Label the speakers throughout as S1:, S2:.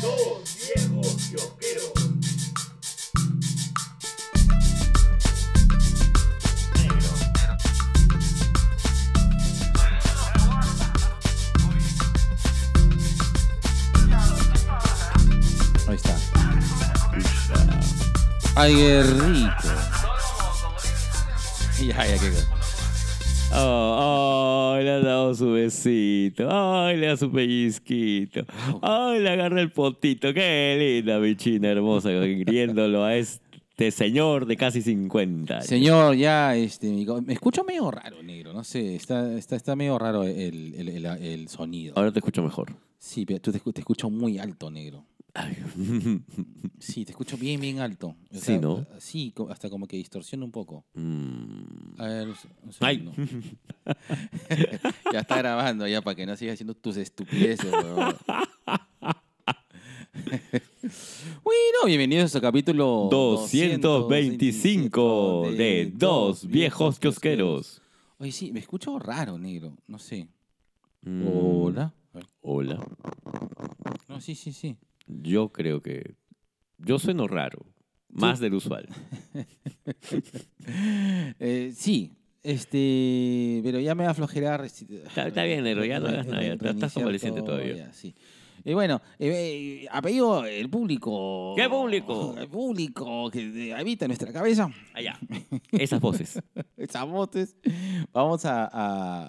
S1: Dos viejos kiosqueros. Negro.
S2: Ahí está. Ay, qué rico. Ya, ya, qué co-
S3: Oh, oh, le ha dado su besito. Ay, le da su pellizquito. Ay, le agarra el potito. Qué linda mi china hermosa, riéndolo a este señor de casi 50. años.
S2: Señor, ya, este, mi co- me escucho medio raro, negro, no sé, está, está, está medio raro el, el- el- el sonido.
S3: Ahora te escucho mejor.
S2: Sí, pero tú te, escu- te escucho muy alto, negro. Sí, te escucho bien, bien alto. O
S3: Sí,
S2: sea,
S3: ¿no?
S2: Sí, co- hasta como que distorsiona un poco.
S3: Mm.
S2: A ver, un se- un
S3: Ay.
S2: segundo. ya está grabando, ya, para que no sigas haciendo tus estupideces, weón. bueno, bienvenidos a capítulo
S3: 225 Oh, de Dos Viejos Kiosqueros.
S2: Oye, sí, me escucho raro, negro. No sé.
S3: Mm.
S2: A ver.
S3: Hola.
S2: No, sí, sí, sí.
S3: Yo creo que. Yo sueno raro. Más del usual.
S2: Eh, sí, este. Pero ya me va a este, aflojerar. Está,
S3: está bien, negro, ya no hagas nada, ya estás convaleciente todavía.
S2: sí. Y bueno, eh, eh, apellido el público.
S3: ¿Qué público?
S2: El público que eh, habita nuestra cabeza.
S3: Allá. Esas voces.
S2: Sabotes. Vamos a,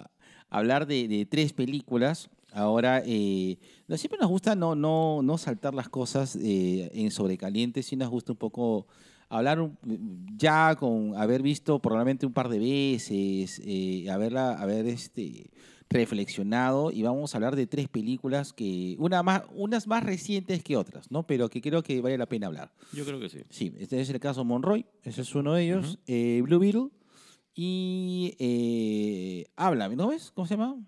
S2: a hablar de, de tres películas. Ahora, eh, no, siempre nos gusta no, no, no saltar las cosas eh, en sobrecaliente, sí nos gusta un poco hablar un- ya con haber visto probablemente un par de veces, eh, haberla, haber este, reflexionado y vamos a hablar de tres películas que, una más, unas más recientes que otras, ¿no? pero que creo que vale la pena hablar.
S3: Yo creo que sí.
S2: Sí, este es el caso Monroy, ese es uno de ellos, eh, Blue Beetle y eh, Háblame, ¿no ves? ¿Cómo se llama?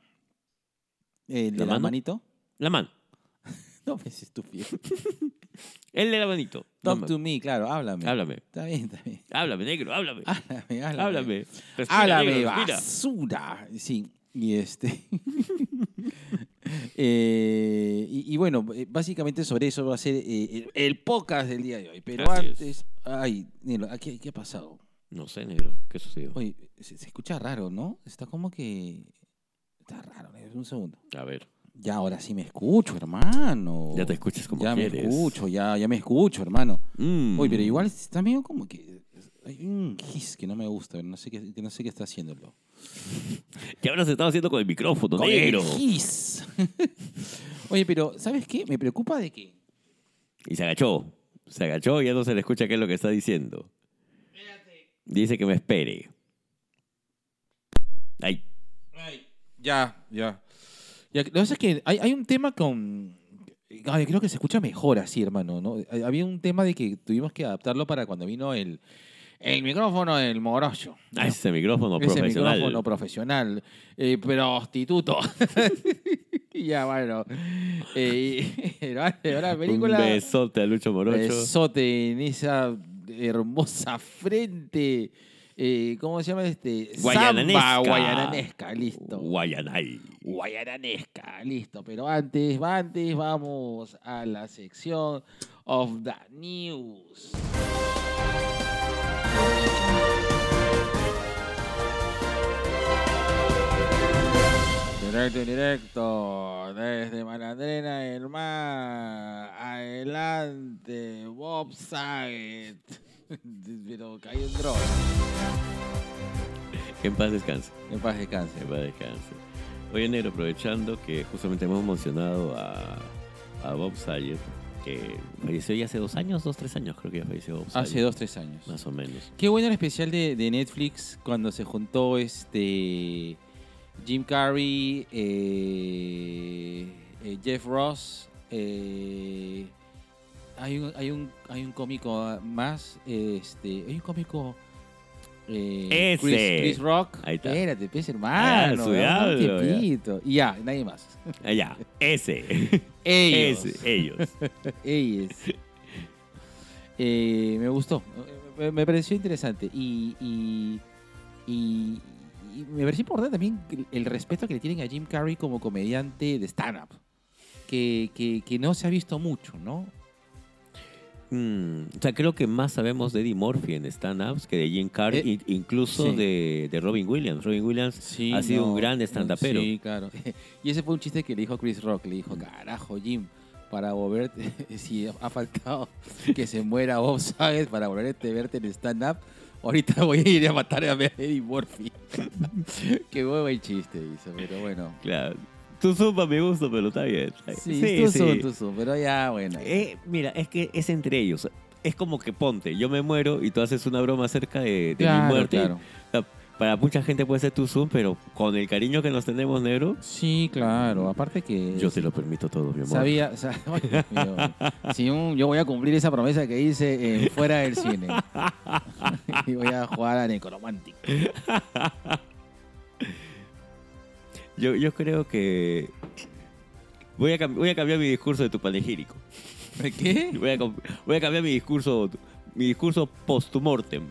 S2: El de
S3: ¿La
S2: la
S3: mano?
S2: manito.
S3: La mano.
S2: No pues, ves, estúpido.
S3: El de la manito.
S2: Talk
S3: Mamá.
S2: to me, Ah, claro, háblame.
S3: Háblame.
S2: Está bien, está bien.
S3: Háblame, negro. Háblame.
S2: Háblame, háblame.
S3: Háblame. Respira,
S2: Háblame,
S3: negro, respira.
S2: basura. Sí, y este. Eh, y, y bueno, eh, básicamente sobre eso va a ser eh, el, el podcast del día de hoy. Pero
S3: Así es.
S2: antes. Ay, Nilo, ¿a ¿qué, ¿qué ha pasado?
S3: No sé, negro. ¿Qué sucedió?
S2: Oye, se, se escucha raro, ¿no? Está como que. Está raro, eh, un segundo.
S3: A ver.
S2: Ya ahora sí me escucho, hermano.
S3: Ya te escuchas como
S2: Oh, Ya
S3: quieres.
S2: me escucho, ya, ya me escucho, hermano.
S3: Mm.
S2: Oye, pero igual está medio como que. Hay un gis que no me gusta, no sé qué, que no sé qué está haciéndolo.
S3: ¿Qué habrás estado haciendo con el micrófono,
S2: Con el
S3: negro?
S2: gis. Oye, pero ¿sabes qué? Me preocupa de que.
S3: Y se agachó. Se agachó y ya no se le escucha qué es lo que está diciendo. Dice que me espere. Ay.
S2: Ya, ya. ya lo que pasa es que hay, hay un tema con... Ay, creo que se escucha mejor así, hermano. ¿no? Ha- Había un tema de que tuvimos que adaptarlo para cuando vino el, el micrófono del morocho.
S3: Ah, ese micrófono
S2: Ese
S3: profesional.
S2: micrófono profesional. Eh, prostituto. ya, bueno. Eh, pero antes de la película...
S3: Un besote a Lucho Morocho.
S2: Besote en esa hermosa frente. Eh, ¿Cómo se llama este?
S3: Guayananesca.
S2: Samba guayananesca, listo.
S3: Guayanay.
S2: Guayananesca, listo. Pero antes, va antes, vamos a la sección of the news. Directo, directo, desde Malandrena el mar, adelante, Bob Saget. Pero cayó un dron.
S3: Que en paz descanse.
S2: En paz
S3: Que
S2: descanse.
S3: en paz descanse. Oye, negro, aprovechando que justamente hemos mencionado a, a Bob Sayer, que falleció ya hace dos años, dos, tres años creo que ya falleció Bob
S2: Hace
S3: Saget,
S2: dos, tres años.
S3: Más o menos.
S2: Qué bueno el especial de, de Netflix cuando se juntó este Jim Carrey, eh, eh, Jeff Ross. eh, hay, un, hay, un, hay un cómico ah, más. Este, hay un cómico. eh,
S3: Ese.
S2: Chris, Chris Rock.
S3: Ahí está.
S2: Espérate, pues, hermano.
S3: Ah, su
S2: un
S3: diablo, ya.
S2: tiempito. Y ya, nadie más.
S3: Allá, Ah, ese.
S2: Ellos.
S3: Ese, ellos.
S2: Ellos. Eh, me gustó. Me, me pareció interesante. Y, y, y- y me pareció importante también el respeto que le tienen a Jim Carrey como comediante de stand-up. que, que- que no se ha visto mucho, ¿no?
S3: Mm, o sea, creo que más sabemos de Eddie Murphy en stand-ups que de Jim Carrey,
S2: Eh,
S3: in- incluso
S2: sí.
S3: de, de Robin Williams. Robin Williams ha sido
S2: no,
S3: un gran
S2: no,
S3: stand-upero.
S2: Sí, claro. Y ese fue un chiste que le dijo Chris Rock. Le dijo, carajo, Jim, para volver, si ha faltado que se muera Bob Saget para volverte a verte en stand-up, ahorita voy a ir a matar a Eddie Murphy. Qué buen chiste, dice, pero bueno.
S3: Claro. Tú supa mi gusto, pero está bien. está bien.
S2: Sí, tú son, tú son, pero ya, bueno.
S3: Eh, mira, es que es entre ellos. Es como que ponte, yo me muero y tú haces una broma acerca de, de mi muerte. O sea, Para mucha gente puede ser tu Zoom, pero con el cariño que nos tenemos, negro,
S2: Sí, claro. Aparte que...
S3: yo te lo permito todo, mi amor.
S2: Mm. Sabía, sa- Ay, Dios mío. Sí, un- yo voy a cumplir esa promesa que hice en fuera del cine. y voy a jugar a Necromantic.
S3: Yo, yo creo que. Voy a, cam- voy a cambiar mi discurso de tu panegírico.
S2: ¿Qué?
S3: Voy a, com- voy a cambiar mi discurso mi discurso post-mortem.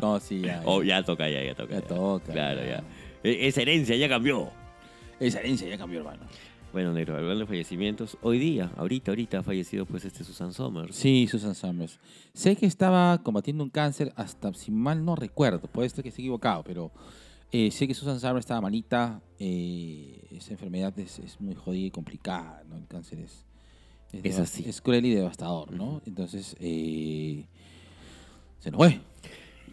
S2: No, sí, ya.
S3: Oh, ya toca, ya, ya toca.
S2: Ya toca,
S3: Claro,
S2: ya.
S3: ya. E- Esa herencia ya cambió.
S2: Esa herencia ya cambió, hermano.
S3: Bueno, negro, hablando de fallecimientos, hoy día, ahorita, ahorita ha fallecido pues este Susan Somers.
S2: Sí, Susan Summers. Sé que estaba combatiendo un cáncer hasta, si mal no recuerdo, puede ser que esté equivocado, pero eh, sé que Susan Summers estaba malita. eh, esa enfermedad es, es muy jodida y complicada, ¿no? El cáncer es... Es,
S3: Es
S2: devas-
S3: así.
S2: es cruel y devastador, ¿no? Entonces, eh, se nos fue.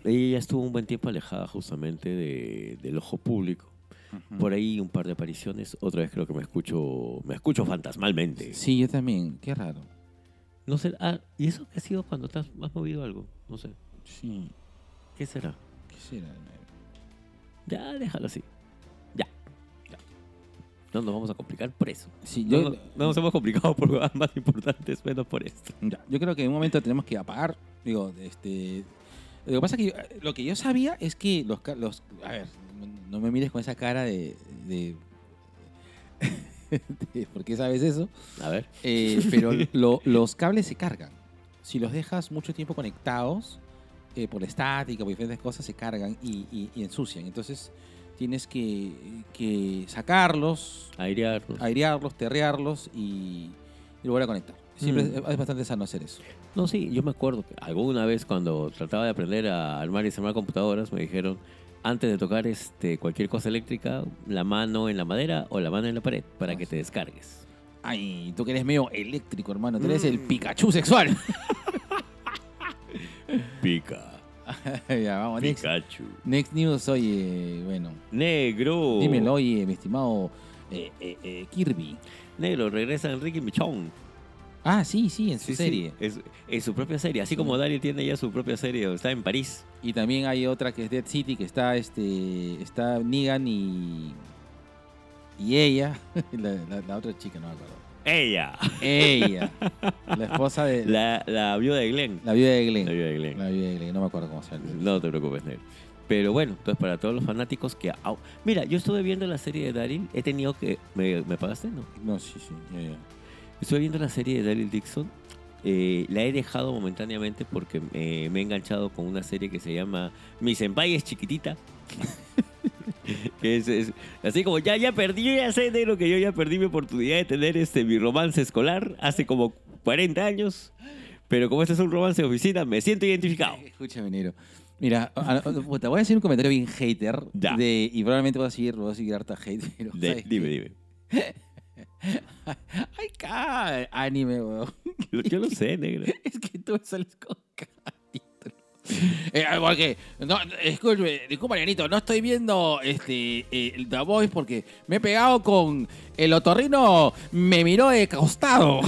S3: Ella estuvo un buen tiempo alejada justamente de- del ojo público.
S2: Mm.
S3: Por ahí un par de apariciones. Otra vez creo que me escucho, me escucho fantasmalmente.
S2: Sí, yo también. Qué raro.
S3: No sé, ah, ¿y eso qué ha sido cuando te has, has movido algo? No sé,
S2: Sí.
S3: ¿qué será?
S2: ¿Qué será?
S3: Ya, déjalo así. Ya. ya. No nos vamos a complicar por eso.
S2: Sí,
S3: No,
S2: yo,
S3: no- no nos hemos complicado por cosas más importantes, menos por esto.
S2: ya, yo creo que en un momento tenemos que apagar. Digo, este. Lo que pasa es que yo- lo que yo sabía es que los. ca- los a ver, no- no me mires con esa cara de. de, de- ¿Por qué sabes eso?
S3: A ver.
S2: Eh, pero lo- los cables se cargan. Si los dejas mucho tiempo conectados, eh, por estática, por diferentes cosas, se cargan y, y- y ensucian. Entonces tienes que, que sacarlos,
S3: Airearnos.
S2: Pues. airearlos, terrearlos y, y volver a conectar. Siempre
S3: Mm.
S2: es, es bastante sano hacer eso.
S3: No, sí, yo me acuerdo que alguna vez cuando trataba de aprender a armar y desarmar computadoras, me dijeron, antes de tocar este, cualquier cosa eléctrica, la mano en la madera o la mano en la pared para
S2: Ah,
S3: que te descargues.
S2: Ay, tú que eres medio eléctrico, hermano. Tú eres el
S3: Mm.
S2: Pikachu sexual.
S3: Pica.
S2: ya, vamos, next,
S3: Pikachu.
S2: next News, oye, bueno.
S3: Negro.
S2: Dímelo, oye, mi estimado eh, eh, eh, Kirby.
S3: Negro, regresa Enrique Michón.
S2: Ah, sí, sí, en su
S3: Sí, sí,
S2: serie.
S3: es, es su propia serie. Así como Daryl tiene ya su propia serie, está en París.
S2: Y también hay otra que es Dead City, que está este. Está Negan y. Y ella. La, la- la otra chica, no me acuerdo.
S3: Ella.
S2: Ella. la esposa de. La,
S3: La, la viuda de Glenn.
S2: viuda de Glenn.
S3: La viuda de Glenn.
S2: La viuda de Glenn, no me acuerdo cómo se llama.
S3: No te preocupes, negro. Pero bueno, entonces para todos los fanáticos que... au- Mira, yo estuve viendo la serie de Daryl. He tenido que... ¿Me, me pagaste? No.
S2: No, sí, sí. ya, ya.
S3: Estuve viendo la serie de Daryl Dixon. Eh, la he dejado momentáneamente porque eh, me he enganchado con una serie que se llama Mi Senpai es chiquitita. Que es, es- así como ya, ya perdí, yo ya sé de lo que yo ya perdí mi oportunidad de tener este mi romance escolar hace como 40 años. Pero como este es un romance de oficina, me siento identificado.
S2: Escúchame, Nero. Eh, Mira, a- a- puta, voy a decir un comentario bien hater.
S3: Ya.
S2: De, y probablemente voy a seguir, voy a seguir harta hate. Pero,
S3: De-
S2: ¿sabes
S3: dime,
S2: qué?
S3: dime.
S2: Ay, ca- anime, weón.
S3: Yo- Yo lo sé, negro.
S2: Es que tú me sales con cada título. Eh, porque, no, disculpe, disculpa, Marianito, no estoy viendo este, eh, el The Voice porque me he pegado con el otorrino, me miró de costado.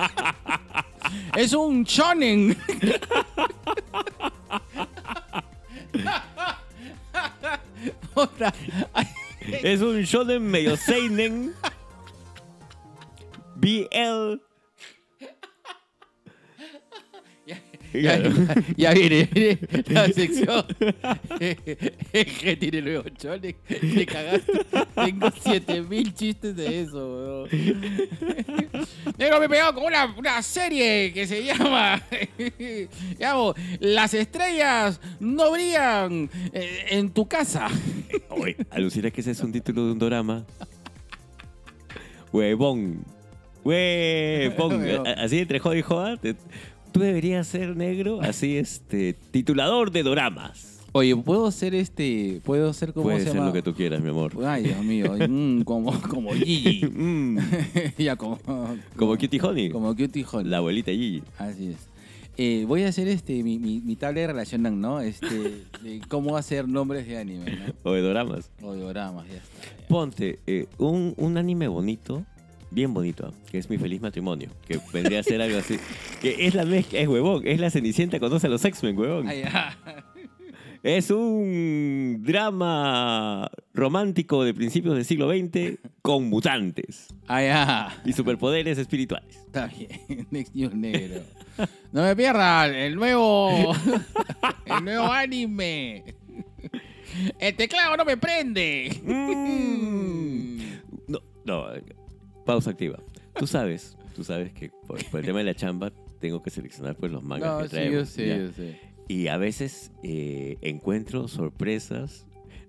S2: es un shonen. Puta, ay,
S3: Es un shonen medio seinen. BL.
S2: ya,
S3: Claro.
S2: ya viene, viene la sección. Es que tiene nuevo chones. Te cagaste. Tengo 7000 chistes de eso, weón. Negro me he pegado con una, una serie que se llama. llamo, Las estrellas no brillan eh, en tu casa.
S3: Oye, alucina que ese es un título de un drama. Huevón. Huevón.
S2: Huevón.
S3: A- Así entre joda y joda. te- Tú deberías ser negro, así este, titulador de doramas.
S2: Oye, ¿puedo ser este? ¿Puedo ser como
S3: Puede
S2: se
S3: ser
S2: llama?
S3: lo que tú quieras, mi amor.
S2: Ay, Dios mío. mm, como, como Gigi.
S3: Mm,
S2: ya, como...
S3: como Kitty Honey.
S2: Como Cutie Hall.
S3: La abuelita Gigi.
S2: Así es. Eh, voy a hacer este, mi, mi, mi tabla de relacionan, ¿no? Este, de cómo hacer nombres de anime, ¿no?
S3: O de doramas.
S2: O de dramas, ya está. ya.
S3: Ponte eh, un, un anime bonito, bien bonito, ah, que es Mi Feliz Matrimonio, que vendría a ser algo así. Que es la mezcla, es huevón, es la Cenicienta conoce a los X-Men, huevón.
S2: Ay, ah.
S3: Es un drama romántico de principios del siglo XX con mutantes
S2: Ay, ah.
S3: y superpoderes espirituales.
S2: Está bien, Next News Negro. No me pierdan el nuevo, el nuevo anime. El teclado no me prende.
S3: Mm. No, no, eh, pausa activa. Tú sabes, tú sabes que por, por el tema de la chamba tengo que seleccionar pues los mangas
S2: No,
S3: que
S2: sí,
S3: traigo.
S2: yo sé,
S3: ya.
S2: yo sé.
S3: Y a veces eh, encuentro sorpresas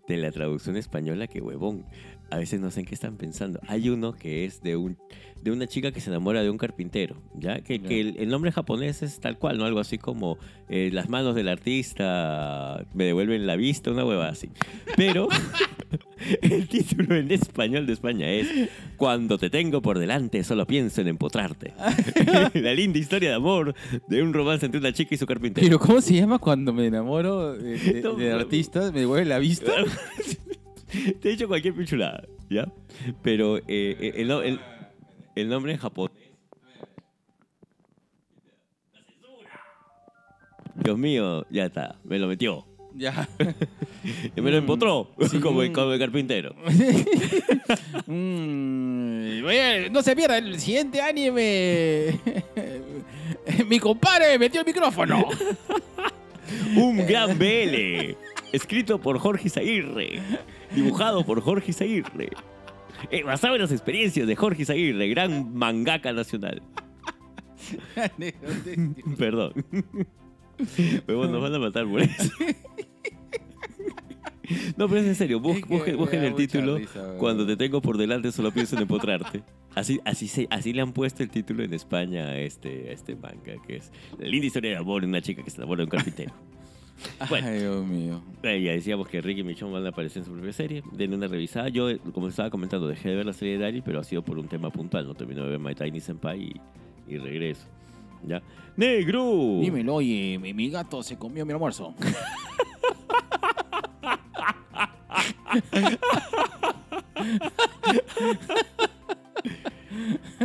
S3: de la traducción española que huevón. A veces no sé en qué están pensando. Hay uno que es de, un, de una chica que se enamora de un carpintero, ¿ya? Que, que el, el nombre japonés es tal cual, ¿no? Algo así como eh, las manos del artista me devuelven la vista, una hueva así. Pero el título en español de España es Cuando te tengo por delante solo pienso en empotrarte. la linda historia de amor de un romance entre una chica y su carpintero.
S2: Pero ¿cómo se llama cuando me enamoro de, de-
S3: No,
S2: de
S3: no.
S2: artistas? ¿Me devuelve la vista?
S3: Te he dicho cualquier pichulada, ¿ya? Pero eh, eh, el, no- el- el nombre en japonés. Dios mío, ya está, me lo metió. Eh,
S2: Ya.
S3: Me lo empotró,
S2: Sí.
S3: como, el, como el carpintero.
S2: Mm, oye, no se pierda el siguiente anime. Mi compadre metió el micrófono.
S3: Un gran BL, escrito por Jorge Zaguirre, dibujado por Jorge Zaguirre. basado en las experiencias de Jorge Zaguirre, gran mangaka nacional. Perdón. Huevón, nos van a matar por eso. No, pero es en serio, bus-
S2: Es que
S3: busquen,
S2: me
S3: busquen
S2: da
S3: el
S2: mucha
S3: título.
S2: risa, huevón.
S3: Cuando te tengo por delante solo pienso en empotrarte. Así, así, se, así le han puesto el título en España a este, a este manga, que es La linda historia de amor de una chica que se enamora de un carpintero. Bueno.
S2: Ay, Dios mío.
S3: Eh, ya decíamos que Rick y Michonne van a aparecer en su propia serie. Denle una revisada. Yo, eh, como estaba comentando, dejé de ver la serie de Dari, pero ha sido por un tema puntual. No termino de ver My Tiny Senpai y, y regreso. ¿Ya? ¡Negro!
S2: Uh. Dímelo, oye, mi, mi gato se comió mi almuerzo.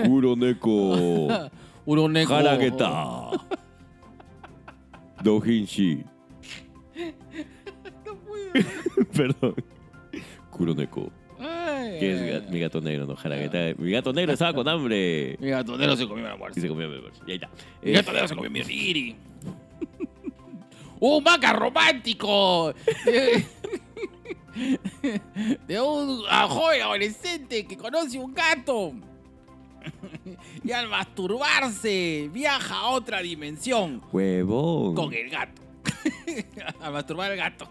S3: Puro Neko.
S2: Uroneko.
S3: Harageta. Dojinshi. Perdón. Kuroneko.
S2: Ay,
S3: Que es
S2: ay,
S3: ga- mi gato negro, no Harageta. Mi gato negro estaba con hambre.
S2: Mi gatonero se comió mi almuerzo.
S3: Y se comió mi almuerzo. Y ahí está.
S2: Mi
S3: Eh,
S2: gatonero se comió mi onigiri. ¡Un vaca romántico! De, de un a- joven adolescente que conoce un gato. Y al masturbarse viaja a otra dimensión
S3: Eh, Huevón.
S2: con el gato. a masturbar al gato.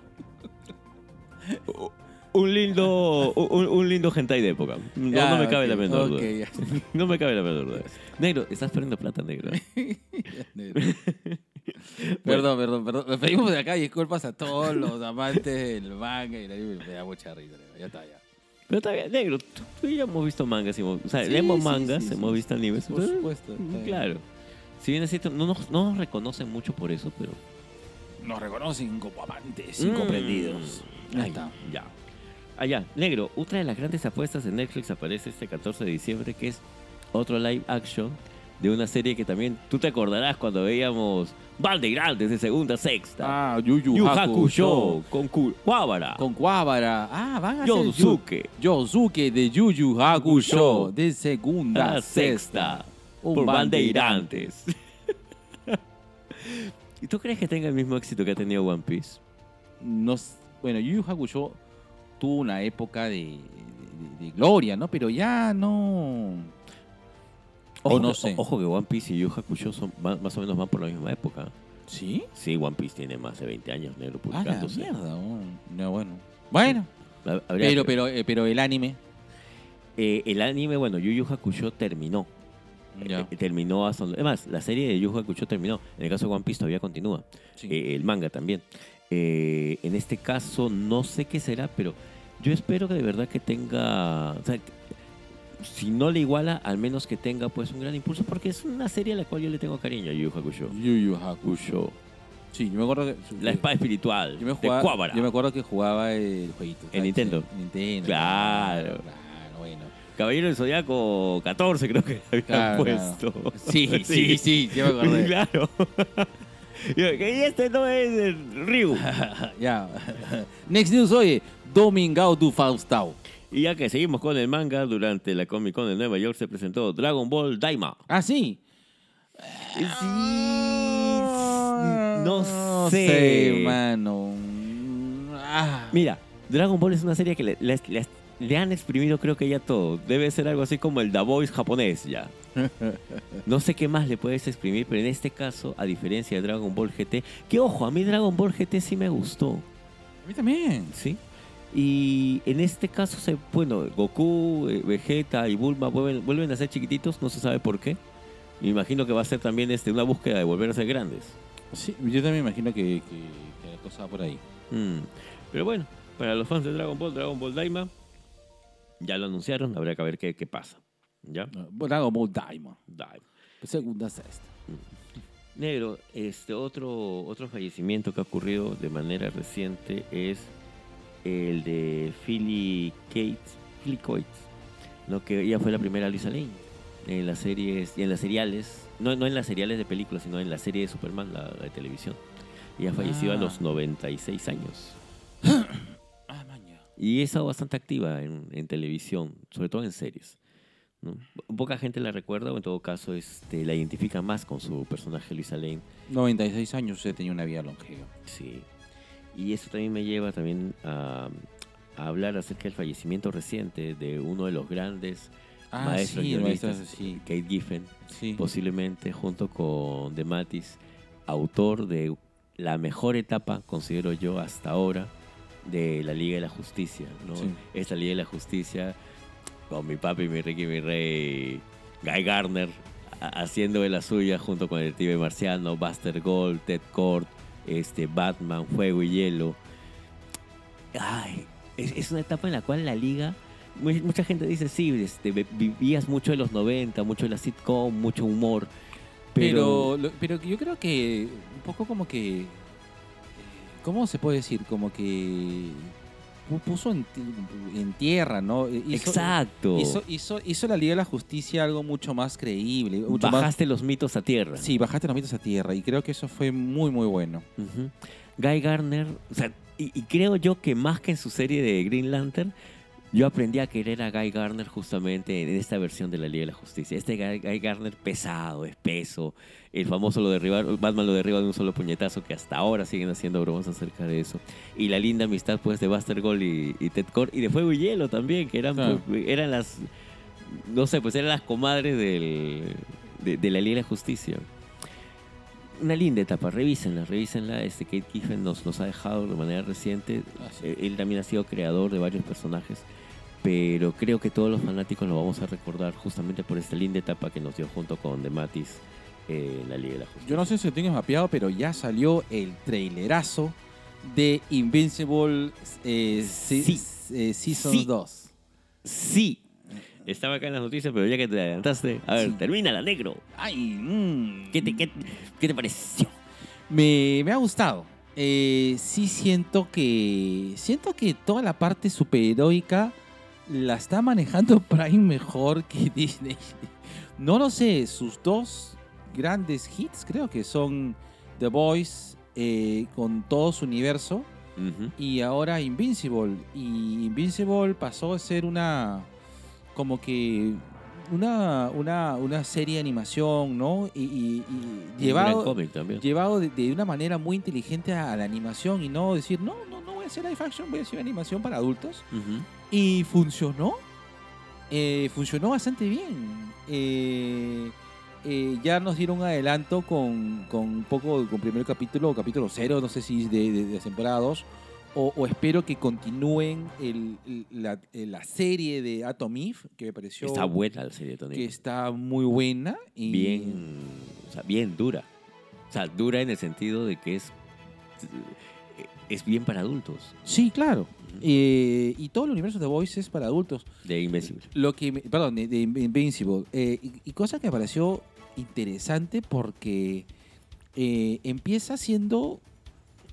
S3: Un lindo, un, un lindo hentai de época. No,
S2: Ya,
S3: no me cabe
S2: Ah, ok,
S3: la menor
S2: ok,
S3: duda.
S2: ya está.
S3: No me cabe la menor duda. Negro, estás perdiendo plata, negro.
S2: perdón, perdón, perdón. Nos pedimos de acá disculpas a todos los amantes del manga y la me da mucha risa. Ya está, ya.
S3: Pero está bien, negro, tú, tú y yo hemos visto mangas, y hemos- o sea,
S2: Sí,
S3: leemos
S2: sí,
S3: mangas,
S2: sí, sí,
S3: hemos
S2: sí.
S3: visto animes.
S2: Por
S3: entonces,
S2: supuesto, está bien.
S3: Claro. Si bien es cierto, no nos, no nos reconocen mucho por eso, pero...
S2: Nos reconocen como amantes
S3: Mm.
S2: incomprendidos. Ya
S3: Ay,
S2: está.
S3: Ya. Allá, negro, otra de las grandes apuestas de Netflix aparece este 14 de diciembre, que es otro live action de una serie que también tú te acordarás cuando veíamos Grandes de segunda a sexta.
S2: Ah, Yu
S3: Yu Haku Show con Ku- Kuwabara.
S2: Con Kuwabara. Ah, van a
S3: Yosuke.
S2: ser Yu- Yosuke de Yu Yu Haku Show. De segunda
S3: La
S2: a
S3: Ah, sexta.
S2: sexta. Un
S3: Por
S2: bandeirante.
S3: bandeirantes. ¿Y tú crees que tenga el mismo éxito que ha tenido One Piece?
S2: no s- bueno, Yu Yu Hakusho tuvo una época de, de- de- de gloria, ¿no? Pero ya no. O no
S3: que-
S2: sé.
S3: Ojo que One Piece y Yu Hakusho son más, más o menos van por la misma época.
S2: ¿Sí?
S3: Sí, One Piece tiene más de 20 años negro
S2: Ah, la
S3: publicándose.
S2: mierda. oh. No, bueno. Bueno,
S3: Habría-
S2: pero, pero, eh, pero el anime.
S3: eh, el anime, bueno, Yu Yu Hakusho terminó.
S2: Ya.
S3: Eh, terminó hasta... donde- Además, la serie de Yu Yu Hakusho terminó. En el caso de One Piece todavía continúa.
S2: Sí.
S3: Eh, el manga también. Eh, en este caso, no sé qué será, pero yo espero que de verdad que tenga. o sea, que- si no le iguala, al menos que tenga pues un gran impulso, porque es una serie a la cual yo le tengo cariño a Yu Yu Hakusho.
S2: Yu Yu Hakusho. Sí, yo me acuerdo que.
S3: La espada espiritual
S2: yo me,
S3: de
S2: jugaba-
S3: Kuwabara.
S2: yo me acuerdo que jugaba el jueguito.
S3: En Nintendo.
S2: Nintendo.
S3: Claro.
S2: Claro, bueno.
S3: Caballero del Zodiaco 14, creo que había
S2: Claro,
S3: puesto.
S2: Sí, sí, sí, yo me acordé.
S3: claro. Y yo, "Y este no es el Ryu.
S2: Ya. Next news, oye. Domingao do Faustao.
S3: Y ya que seguimos con el manga, durante la Comic Con de Nueva York se presentó Dragon Ball Daima.
S2: Ah, sí.
S3: Sí. No
S2: Ah, No
S3: sé.
S2: sé, mano. Ah.
S3: Mira, Dragon Ball es una serie que le, le- le- le han exprimido creo que ya todo. Debe ser algo así como el Da Voice japonés ya. No sé qué más le puedes exprimir, pero en este caso, a diferencia de Dragon Ball GT, que ojo, a mí Dragon Ball GT sí me gustó.
S2: A mí también.
S3: ¿sí? Y en este caso, se, bueno, Goku, eh, Vegeta y Bulma vuelven, vuelven a ser chiquititos, no se sabe por qué. Me imagino que va a ser también este, una búsqueda de volver a ser grandes.
S2: Sí, yo también imagino que, que, que la cosa va por ahí.
S3: Mm. Pero bueno, para los fans de Dragon Ball, Dragon Ball Daima, ya lo anunciaron, habrá que ver qué, qué pasa. ¿Ya?
S2: Dragon Ball Diamond.
S3: Daima.
S2: Segunda sexta.
S3: Negro, este otro, otro fallecimiento que ha ocurrido de manera reciente es el de Philly Cates, Philly Coates, ¿no? que ella fue la primera Luisa Lane en las series, en las seriales, no, no en las seriales de películas, sino en la serie de Superman, la, la de televisión. Ella falleció a
S2: Ah.
S3: los 96 años.
S2: Ah, mañana.
S3: Y he estado bastante activa en, en televisión, sobre todo en series. ¿no? Po- Poca gente la recuerda o en todo caso este, la identifica más con su personaje Luisa Lane.
S2: 96 años usted tenía una vida longeva.
S3: Sí. Y eso también me lleva también a, a hablar acerca del fallecimiento reciente de uno de los grandes
S2: Ah,
S3: maestros
S2: sí,
S3: guionistas,
S2: maestro, Pues, sí.
S3: Kate Giffen,
S2: Sí.
S3: posiblemente junto con DeMatis, autor de la mejor etapa, considero yo, hasta ahora, de la Liga de la Justicia. ¿no?
S2: Sí.
S3: Esta Liga de la Justicia, con mi papi, mi Ricky, mi rey, Guy Garner, ha- haciendo de la suya junto con el Tibe Marciano, Buster Gold, Ted Kord, este, Batman, Fuego y Hielo. Ay, es, es una etapa en la cual la liga, mu- mucha gente dice, sí, este, ve- vivías mucho de los 90, mucho de la sitcom, mucho humor, pero...
S2: Pero, lo- pero yo creo que un poco como que... eh, ¿Cómo se puede decir? Como que pu- puso en, ti- en tierra, ¿no? Eh, hizo-
S3: exacto.
S2: Hizo, hizo, hizo la Liga de la Justicia algo mucho más creíble. Mucho más,
S3: Bajaste los mitos a tierra.
S2: sí, bajaste los mitos a tierra y creo que eso fue muy, muy bueno.
S3: Ujú. Guy Garner, o sea, y, y creo yo que más que en su serie de Green Lantern, yo aprendí a querer a Guy Garner justamente en esta versión de la Liga de la Justicia. Este Guy, Guy Garner pesado, espeso, el famoso lo derribar, Batman lo derriba de un solo puñetazo, que hasta ahora siguen haciendo bromas acerca de eso. Y la linda amistad pues de Buster Gold y, y Ted Kord, y de Fuego y Hielo también, que eran,
S2: Claro.
S3: pues, eran las, no sé, pues eran las comadres del, de, de la Liga de la Justicia una linda etapa, revísenla, revísenla. Este Kate Kiffen nos, nos ha dejado de manera reciente. Eh, Él también ha sido creador de varios personajes, pero creo que todos los fanáticos lo vamos a recordar justamente por esta linda etapa que nos dio junto con Dematis eh, la Liga de la Justicia.
S2: Yo no sé si lo tienes mapeado, pero ya salió el trailerazo de Invincible eh, se-
S3: Sí.
S2: eh, Season
S3: Sí.
S2: 2.
S3: Sí, estaba acá en las noticias, pero ya que te adelantaste, a ver,
S2: Sí.
S3: termínala, negro.
S2: Ay, mm,
S3: ¿Qué te, qué- qué te pareció?
S2: Me, me ha gustado. Eh, sí siento que siento que toda la parte superheroica la está manejando Prime mejor que Disney. No lo sé, sus dos grandes hits creo que son The Voice eh, con todo su universo
S3: Ujú.
S2: y ahora Invincible. Y Invincible pasó a ser una. como que. Una, una, una serie de animación, ¿no? Y, y- y
S3: Un gran
S2: llevado,
S3: cómic también.
S2: llevado de, de una manera muy inteligente a, a la animación y no decir, no, no, no voy a hacer live action, voy a hacer animación para adultos.
S3: Ujú.
S2: Y funcionó. Eh, funcionó bastante bien. Eh, eh, ya nos dieron un adelanto con, con un poco, con primer capítulo, capítulo cero, no sé si de, de, de temporada 2, o, o espero que continúen el- el- la, la serie de Atom Eve, que me pareció
S3: Está buena la serie, Tony.
S2: que está muy buena. Y
S3: bien, o sea, bien dura. O sea, dura en el sentido de que es, es bien para adultos,
S2: Sí, claro. Eh, y todo el universo de Voice es para adultos.
S3: de Invencible.
S2: Lo que, me- perdón, de, de Invincible. Eh, y, y cosa que me pareció interesante porque eh, empieza siendo,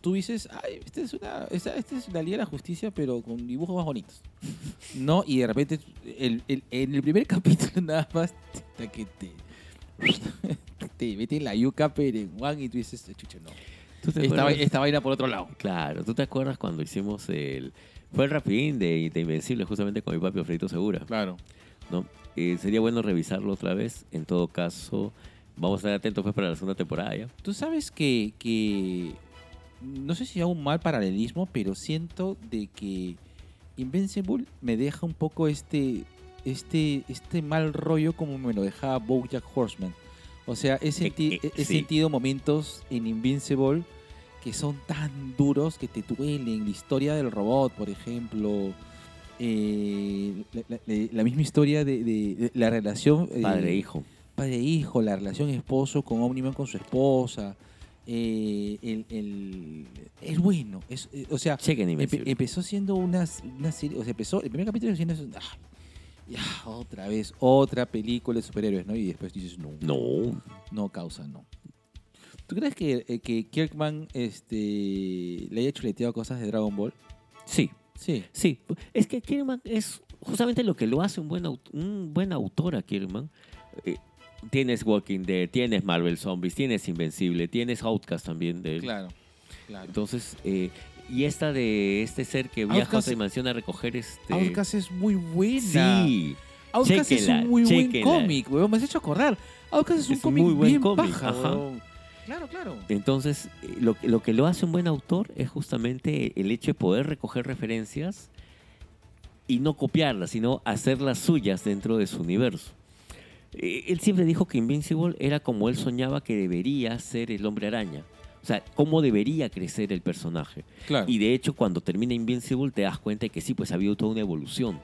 S2: tú dices, ay, esta es una, esta, esta es la Liga de la Justicia, pero con dibujos más bonitos. ¿No? Y de repente, el- el- en el primer capítulo nada más, hasta que te... Te meten la yuca perenguán y tú dices, chucha, no.
S3: ¿Tú te
S2: Esta, va-
S3: acuerdas?
S2: esta vaina por otro lado.
S3: Claro, ¿tú te acuerdas cuando hicimos el... Fue el rapidín de, de Invencible justamente con mi papi Alfredito Segura,
S2: Claro.
S3: ¿no? Eh, sería bueno revisarlo otra vez. En todo caso, vamos a estar atentos pues para la segunda temporada, ¿ya?
S2: Tú sabes que, que- no sé si hago un mal paralelismo, pero siento de que Invincible me deja un poco este este este mal rollo como me lo dejaba BoJack Horseman. O sea, he, senti-
S3: eh,
S2: he- he
S3: sí.
S2: sentido momentos en Invincible que son tan duros que te duelen. La historia del robot, por ejemplo. eh, la, la- la- la misma historia de, de- de la relación eh,
S3: Padre e hijo.
S2: padre e hijo, la relación esposo con Omniman con su esposa. eh, el, el- es bueno. Es, eh, o sea,
S3: Chequen
S2: empe-
S3: Invencible.
S2: empezó siendo una, una serie. O sea, empezó el primer capítulo siendo. ah, ya, otra vez, otra película de superhéroes, ¿no? Y después dices, no,
S3: no,
S2: no causa, no. ¿Tú crees que, eh, que Kirkman este, le haya chuleteado cosas de Dragon Ball?
S3: sí,
S2: Sí.
S3: Sí, es que Kirman es justamente lo que lo hace un buen, aut- un buen autor a Kirman. Eh, tienes Walking Dead, tienes Marvel Zombies, tienes Invencible, tienes Outcast también de él.
S2: Claro, claro.
S3: Entonces, eh, y esta de este ser que viaja a
S2: Outcast-
S3: otra dimensión a recoger este...
S2: Outcast es muy buena.
S3: Sí,
S2: Outcast es
S3: Chéquenla,
S2: un muy
S3: chéquenla.
S2: buen cómic, weón. Me has hecho acordar. Outcast es un
S3: Es
S2: cómic
S3: muy buen
S2: bien
S3: cómic,
S2: paja,
S3: ajá.
S2: weón. Claro, claro.
S3: entonces eh, lo, lo que lo hace un buen autor es justamente el hecho de poder recoger referencias y no copiarlas, sino hacerlas suyas dentro de su universo. Eh, Él siempre dijo que Invincible era como él soñaba que debería ser el hombre araña. O sea, cómo debería crecer el personaje.
S2: Claro.
S3: Y de hecho, cuando termina Invincible, te das cuenta de que sí, pues ha habido toda una evolución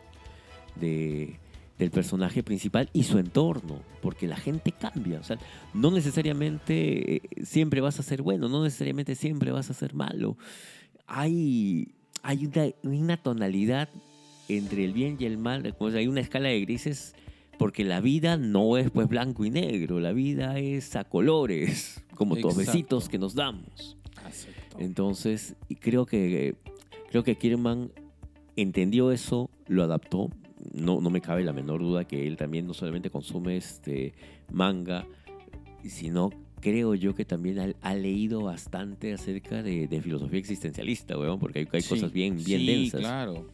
S3: de- del personaje principal y su entorno, porque la gente cambia. O sea, no necesariamente eh, siempre vas a ser bueno, no necesariamente siempre vas a ser malo. Hay, hay una, una tonalidad entre el bien y el mal, o sea, hay una escala de grises. Porque la vida no es pues blanco y negro, la vida es a colores, como todos
S2: Exacto.
S3: besitos que nos damos. Entonces, y creo que creo que Kierman entendió eso, lo adaptó. No, no me cabe la menor duda que él también no solamente consume este manga, sino creo yo que también ha, ha leído bastante acerca de, de filosofía existencialista, weón, porque hay, hay
S2: Sí.
S3: cosas bien, bien
S2: sí,
S3: densas.
S2: claro.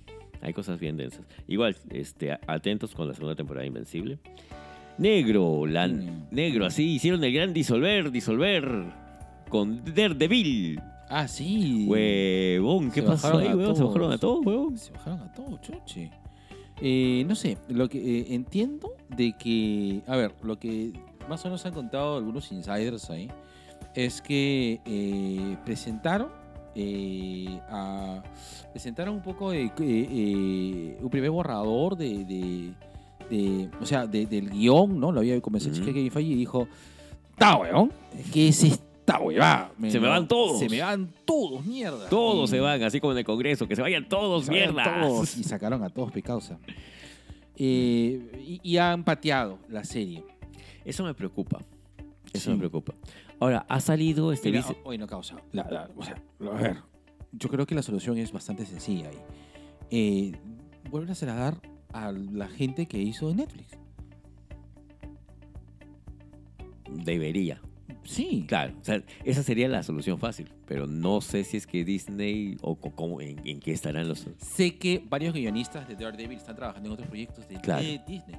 S3: Hay cosas bien densas. Igual, este, a- atentos con la segunda temporada de Invencible. Negro, la,
S2: Mm.
S3: negro, así hicieron el gran disolver, disolver con Daredevil.
S2: Ah, sí.
S3: Pues, Huevón, ¿qué
S2: Se
S3: pasó
S2: bajaron
S3: ahí,
S2: a
S3: huevón? Se bajaron a todos,
S2: todos.
S3: huevón.
S2: Se bajaron a todo, choche. Eh, no sé, lo que eh, entiendo de que. A ver, lo que más o menos han contado algunos insiders ahí es que eh, presentaron. eh, a- presentaron un poco de, eh, eh, un primer borrador de, de- de- o sea de- del guión no lo había comenzado
S3: Ujú.
S2: Chica Game Falle y dijo ¡Ta weón! ¿qué es esta huevada?
S3: Se me van todos.
S2: se me van todos mierda
S3: Todos
S2: Y-
S3: se van, así como en el Congreso, que se vayan todos,
S2: se vayan
S3: mierda.
S2: todos. Y sacaron a todos pecausa. Eh, y, y han pateado la serie.
S3: Eso me preocupa. Eso
S2: Sí.
S3: me preocupa. Ahora, ha salido este
S2: Mira,
S3: vice-
S2: hoy no causa. La- la- o sea, a ver, yo creo que la solución es bastante sencilla ahí. Eh, vuelves a dar a la gente que hizo Netflix.
S3: Debería.
S2: Sí.
S3: Claro, o sea, esa sería la solución fácil. Pero no sé si es que Disney o co- cómo- en, en qué estarán los.
S2: Sé que varios guionistas de Daredevil están trabajando en otros proyectos de
S3: Claro.
S2: de Disney.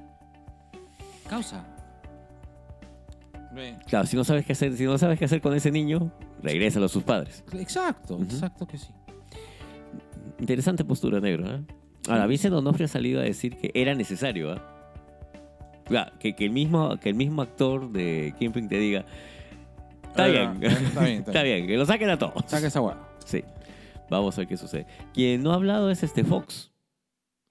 S2: Causa. Ve.
S3: Claro, si no sabes qué hacer, si no sabes qué hacer con ese niño, regrésalo a sus padres.
S2: Exacto,
S3: Ujú.
S2: exacto que sí.
S3: Interesante postura negro, ¿eh? Ahora, Vincent Onofre ha salido a decir que era necesario, ¿eh? O sea, Que, que el mismo, que el mismo actor de Kingpin te diga, está
S2: Ah,
S3: bien,
S2: Está bien,
S3: está bien, que lo saquen a todos.
S2: Saca esa hueá.
S3: Sí. Vamos a ver qué sucede. Quien no ha hablado es este Fox.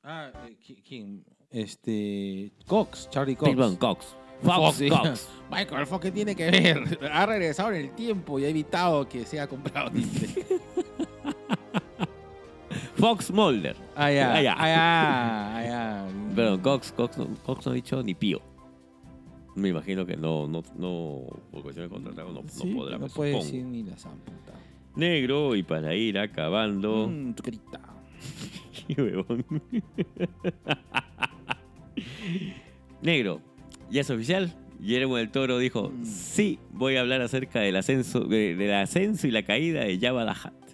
S2: Ah, eh, qui- ¿quién? Este. Cox, Charlie Cox.
S3: Big Bang Cox. Fox,
S2: sí.
S3: Cox.
S2: Michael Fox, ¿qué tiene que ver? Ha regresado en el tiempo y ha evitado que sea comprado Disney.
S3: Fox Mulder.
S2: Ah, ya.
S3: Ah, ya.
S2: Ah, ya. Ah, ya.
S3: Perdón, Cox, Cox, no, Cox no ha dicho ni pío. Me imagino que no, no, no, por cuestión de contrato no, no
S2: Sí,
S3: podrá.
S2: no
S3: me
S2: puede
S3: supongo.
S2: decir ni la zamputa.
S3: Negro y para ir acabando.
S2: Mm, tu carita.
S3: Qué huevón. Negro, ya es oficial. Guillermo del Toro dijo,
S2: Mm.
S3: sí, voy a hablar acerca del ascenso, de- del ascenso y la caída de Jabba the Hutt".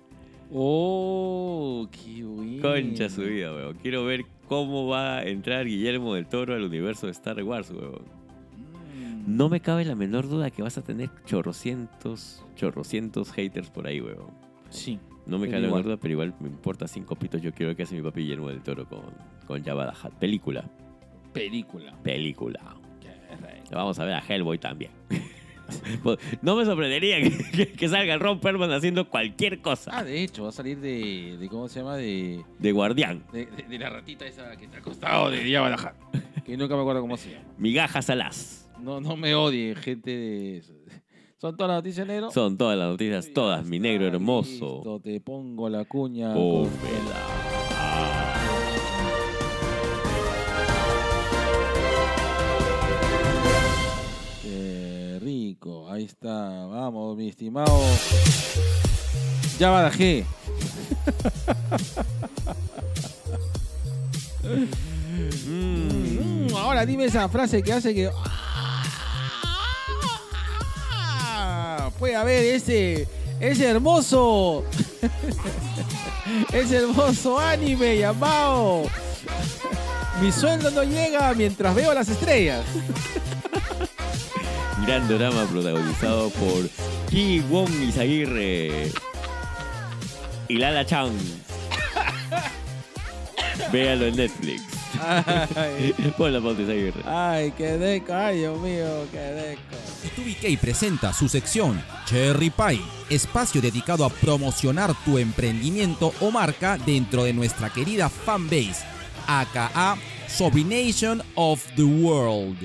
S2: Oh, qué bueno.
S3: Concha su vida, huevón. Quiero ver cómo va a entrar Guillermo del Toro al universo de Star Wars, huevón.
S2: Mm.
S3: No me cabe la menor duda que vas a tener chorrocientos, chorrocientos haters por ahí, huevón.
S2: Sí.
S3: No me
S2: Pero
S3: cae la menor
S2: igual.
S3: duda, pero igual me importa cinco pitos. Yo quiero ver qué hace mi papi Guillermo del Toro con, con Jabba the Hutt. Película,
S2: Película.
S3: película.
S2: Qué rey.
S3: Vamos a ver a Hellboy también. Pues, no me sorprendería que, que- que salga Ron Perlman haciendo cualquier
S2: Ah,
S3: cosa
S2: de hecho, va a salir de, de ¿cómo se llama? De,
S3: de guardián.
S2: de, de- de la ratita esa que está al costado de Jabba the Hutt, Que nunca me acuerdo cómo se llama.
S3: Migajas alas.
S2: No, no me odie, gente de... ¿Son todas las noticias, negro?
S3: Son todas las noticias,
S2: Ya
S3: todas, mi
S2: está,
S3: negro hermoso.
S2: listo, te pongo la cuña. con-
S3: Pómela.
S2: Qué Eh, rico, ahí está. Vamos, mi estimado. Ya barajé.
S3: Mm.
S2: Mm, ahora dime esa frase que hace que. ¡Ah! Puede haber ese. Ese hermoso. Ese hermoso anime llamado. Mi sueldo no llega mientras veo las estrellas.
S3: Gran drama protagonizado por Ki Won Izaguirre y Lala Chang. Véalo en Netflix.
S2: Ay,
S3: Pon la pauta Izaguirre.
S2: ay, qué deco. Ay, Dios mío, qué deco.
S4: 2BK presenta su sección Cherry Pie, espacio dedicado a promocionar tu emprendimiento o marca dentro de nuestra querida fanbase, aka Sobrination of the World.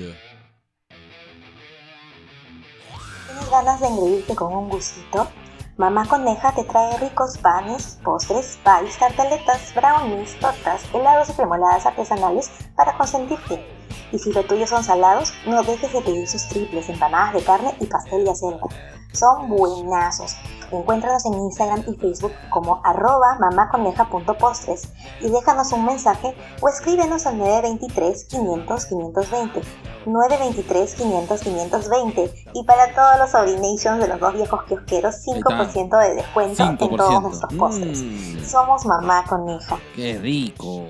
S5: ¿Tienes ganas de engreírte con un gustito? Mamá Coneja te trae ricos panes, postres, pies, tartaletas, brownies, tortas, helados y premoladas artesanales para consentirte. Y si lo tuyo son salados, no dejes de pedir sus triples, empanadas de carne y pastel de acelga. Son buenazos. Encuéntranos en Instagram y Facebook como arroba mamaconeja.postres y déjanos un mensaje o escríbenos al 923 500 520. 923 500 520 y para todos los Orinations de los dos viejos kiosqueros 5% de descuento en
S2: 5%.
S5: todos nuestros postres.
S3: Mm.
S5: Somos Mamá Coneja.
S2: Qué rico.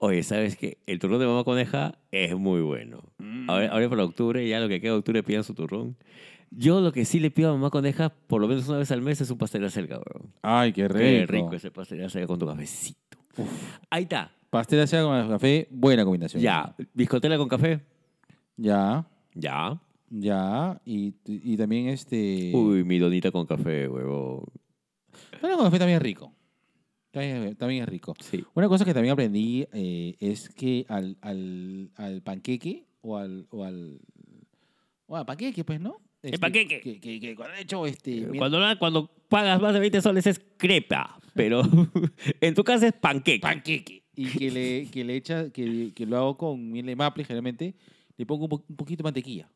S3: Oye, ¿sabes qué? El turrón de mamá coneja es muy bueno.
S2: Mm.
S3: Ahora, ahora para octubre, ya lo que queda de octubre pidan su turrón. Yo lo que sí le pido a mamá coneja, por lo menos una vez al mes, es un pastel de acelga, bro.
S2: Ay, qué rico.
S3: Qué rico ese pastel de acelga con tu cafecito. Ahí está.
S2: Pastel de acelga con café, buena combinación.
S3: Ya. Biscotela con café.
S2: Ya,
S3: Ya.
S2: ya. Y, y también este.
S3: Uy, mi donita con café, huevo.
S2: Bueno, con café también es rico. También, también es rico.
S3: Sí.
S2: Una cosa que también aprendí eh, es que al, al, al panqueque o al. O al, o al panqueque, pues, ¿no? Este,
S3: panqueque. Eh,
S2: Que, que, que cuando he hecho este. mira-
S3: Cuando, la- cuando pagas más de 20 soles es crepa, pero en tu casa es panqueque.
S2: panqueque. Y que le, que le echa, que, que lo hago con miel de maple generalmente, le pongo un, po- un poquito de mantequilla.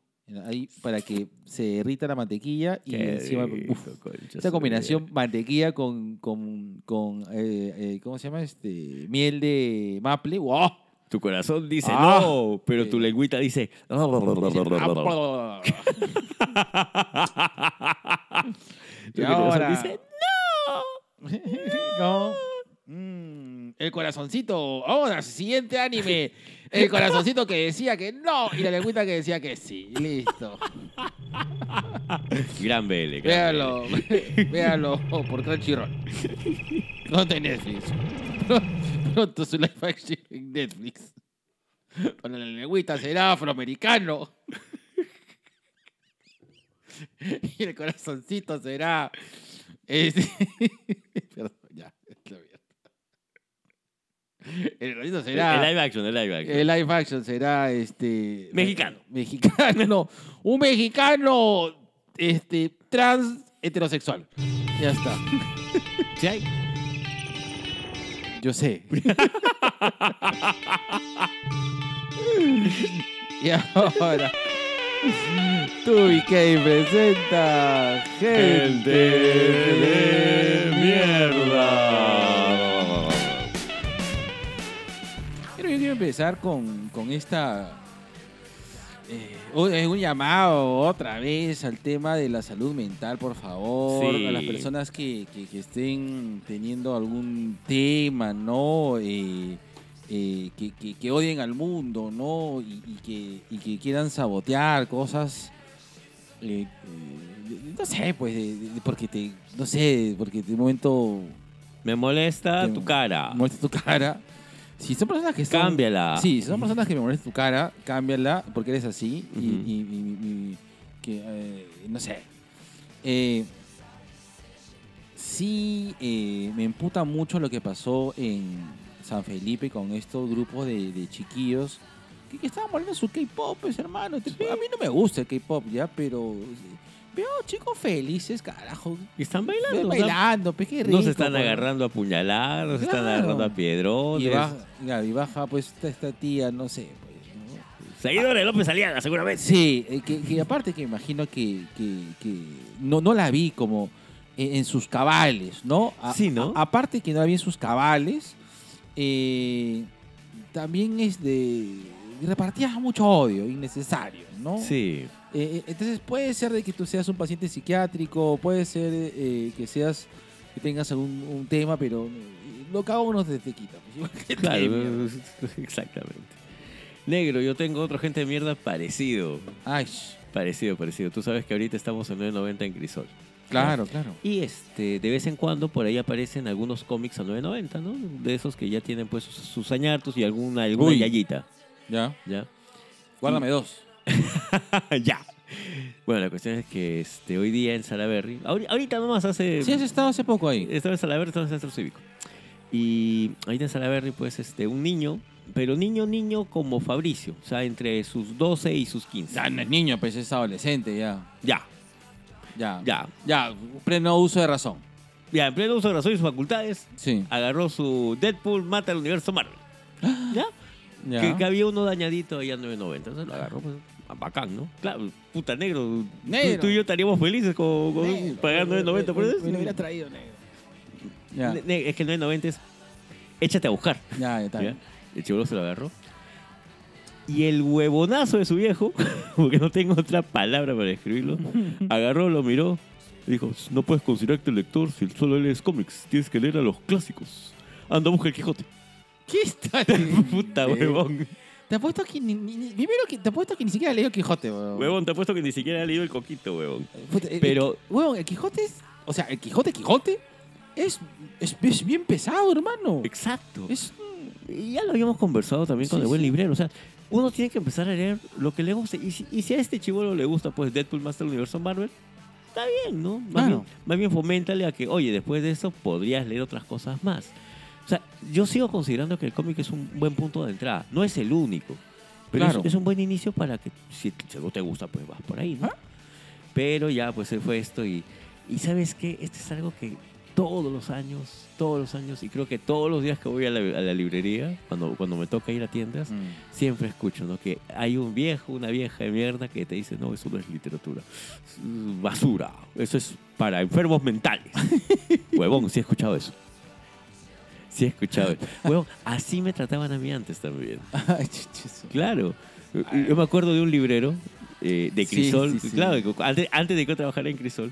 S2: Ahí para que se derrita la mantequilla y
S3: Qué
S2: encima.
S3: rico,
S2: uf,
S3: concha su
S2: esa
S3: vida.
S2: combinación mantequilla con, con, con eh, eh, ¿cómo se llama? este Miel de maple. ¡Wow!
S3: Tu corazón dice
S2: Ah.
S3: no, pero tu
S2: Sí. Ah,
S3: lengüita dice. Tu
S2: Y
S3: corazón
S2: ahora-
S3: dice
S2: ¿Cómo? Mm, el corazoncito. Ahora, siguiente anime. El corazoncito que decía que no y la lengüita que decía que sí. Listo.
S3: gran BL. gran BL.
S2: Véalo, véalo por Crunchyroll. Pronto en Netflix. Pronto su live action en Netflix. Con la lengüita será afroamericano. Y el corazoncito será. este, Perdón, ya. El relleno será.
S3: El live action, el live action.
S2: El live action será este.
S3: Mexicano.
S2: Mexicano, no. Un mexicano este, trans heterosexual. Ya está. ¿Sí hay? Yo sé. y ahora. Tú y Kay presenta
S3: Gente
S2: gente
S3: de
S2: de
S3: mierda.
S2: Pero yo quiero empezar con, con esta. eh, un- es un llamado otra vez al tema de la salud mental, por favor.
S3: Sí.
S2: A las personas que, que- que estén teniendo algún tema, ¿no? Eh, eh, que, que- que odien al mundo, ¿no? Y, y que, y que quieran sabotear cosas. eh, eh, no sé, pues, de- de- porque te. No sé, porque de momento.
S3: Me molesta
S2: Te-
S3: tu cara.
S2: Muestra tu cara. Si son personas que son-
S3: Cámbiala.
S2: Sí, si son personas que me molestan tu cara, cámbiala porque eres así. y-
S3: Ujú.
S2: y, y- y- que, eh, no sé. Eh, sí, eh, me emputa mucho lo que pasó en San Felipe con estos grupos de, de chiquillos que, que estaban volviendo su K-pop, pues, hermano. Tipo, A mí no me gusta el K-pop ya, pero eh, veo chicos felices, carajo.
S3: Están bailando. o sea,
S2: Bailando, pues qué rico.
S3: Nos están
S2: pues.
S3: agarrando a puñaladas, nos están
S2: Claro.
S3: agarrando a
S2: Y
S3: piedrones.
S2: baja, ya, y baja, pues esta, esta tía, no sé. pues, ¿no?
S3: Seguidores de López Aliaga, seguramente.
S2: Sí, eh, que, que aparte que imagino que, que- que no, no la vi como en, en sus cabales, ¿no?
S3: Sí, ¿no?
S2: a- aparte que no la vi en sus cabales, eh, también es de... Repartía mucho odio innecesario, ¿no?
S3: Sí.
S2: Eh, eh, entonces puede ser de que tú seas un paciente psiquiátrico, puede ser eh, que seas que tengas algún un tema, pero eh, lo cago uno te, te quita. pues, igual que te mierda.
S3: Claro, exactamente. Negro, yo tengo otro gente de mierda parecido.
S2: Ay,
S3: Parecido, parecido. Tú sabes que ahorita estamos en 990 en Crisol.
S2: claro, claro.
S3: Y este, de vez en cuando por ahí aparecen algunos cómics a 990, ¿no? De esos que ya tienen pues sus, sus añartos y alguna, alguna
S2: Uy.
S3: yayita,
S2: Ya,
S3: ¿ya?
S2: guárdame dos.
S3: ya. Bueno, la cuestión es que este, hoy día en Salaberry, ahori- ahorita nomás hace...
S2: Sí, has estado hace poco ahí.
S3: Estaba en Salaberry, estaba en Centro Cívico. Y ahí en Salaberry, pues, este, un niño, pero niño, niño como Fabricio, o sea, entre sus 12 y sus 15.
S2: Ya no es niño, pues es adolescente, ya.
S3: Ya,
S2: Ya.
S3: ya,
S2: Ya, pleno uso de razón.
S3: ya, en pleno uso de razón y sus facultades,
S2: Sí.
S3: agarró su Deadpool, mata al universo Marvel. ¿Ya?
S2: Ya.
S3: Que, que había uno dañadito ahí a 990, entonces lo agarró, pues, bacán, ¿no? Claro, puta negro, tú-
S2: Negro.
S3: Tú, y yo estaríamos felices con, con
S2: Negro,
S3: pagar 990 por
S2: me-
S3: eso.
S2: Me lo hubiera traído, negro. Ya,
S3: Ne- ne- Es que 990 es, échate a buscar.
S2: ya, ya está.
S3: ¿Ya? El chivolo se lo agarró. Y el huevonazo de su viejo, porque no tengo otra palabra para describirlo, agarró, lo miró, y dijo, no puedes considerarte lector si solo lees cómics, tienes que leer a los clásicos. Anda, busca el Quijote.
S2: ¿Qué está? Eh,
S3: Puta huevón.
S2: Te apuesto que ni, ni- ni- primero que te apuesto que ni siquiera leí el Quijote, weón.
S3: Huevón, te apuesto que ni siquiera ha leído el coquito, huevón.
S2: Puta, el-
S3: Pero-
S2: el- weón, el Quijote es, o sea, el Quijote, Quijote es, es, es bien pesado, hermano.
S3: Exacto.
S2: Es
S3: Y ya lo habíamos conversado también con
S2: Sí,
S3: el buen
S2: sí.
S3: librero. O sea, uno tiene que empezar a leer lo que le gusta. Y si, y si a este chivolo le gusta, pues Deadpool Master Universo Marvel, está bien, ¿no? Más,
S2: Claro.
S3: bien, más bien foméntale a que, oye, después de eso podrías leer otras cosas más. O sea, yo sigo considerando que el cómic es un buen punto de entrada. No es el único. Pero
S2: Claro.
S3: es, es un buen inicio para que, si si no te gusta, pues vas por ahí, ¿no? Pero ya, pues se fue esto y, y ¿sabes qué? Este es algo que todos los años, todos los años, y creo que todos los días que voy a la, a la librería, cuando, cuando me toca ir a tiendas, siempre escucho, ¿no? Que hay un viejo, una vieja de mierda que te dice, no, eso no es literatura, es basura, eso es para enfermos mentales. Huevón, sí he escuchado eso. Sí he escuchado eso. Huevón, así me trataban a mí antes también.
S2: Ay, chuchazo.
S3: Claro. Yo me acuerdo de un librero eh, de
S2: Sí,
S3: Crisol.
S2: sí, sí.
S3: Claro, antes, antes de que yo trabajara en Crisol,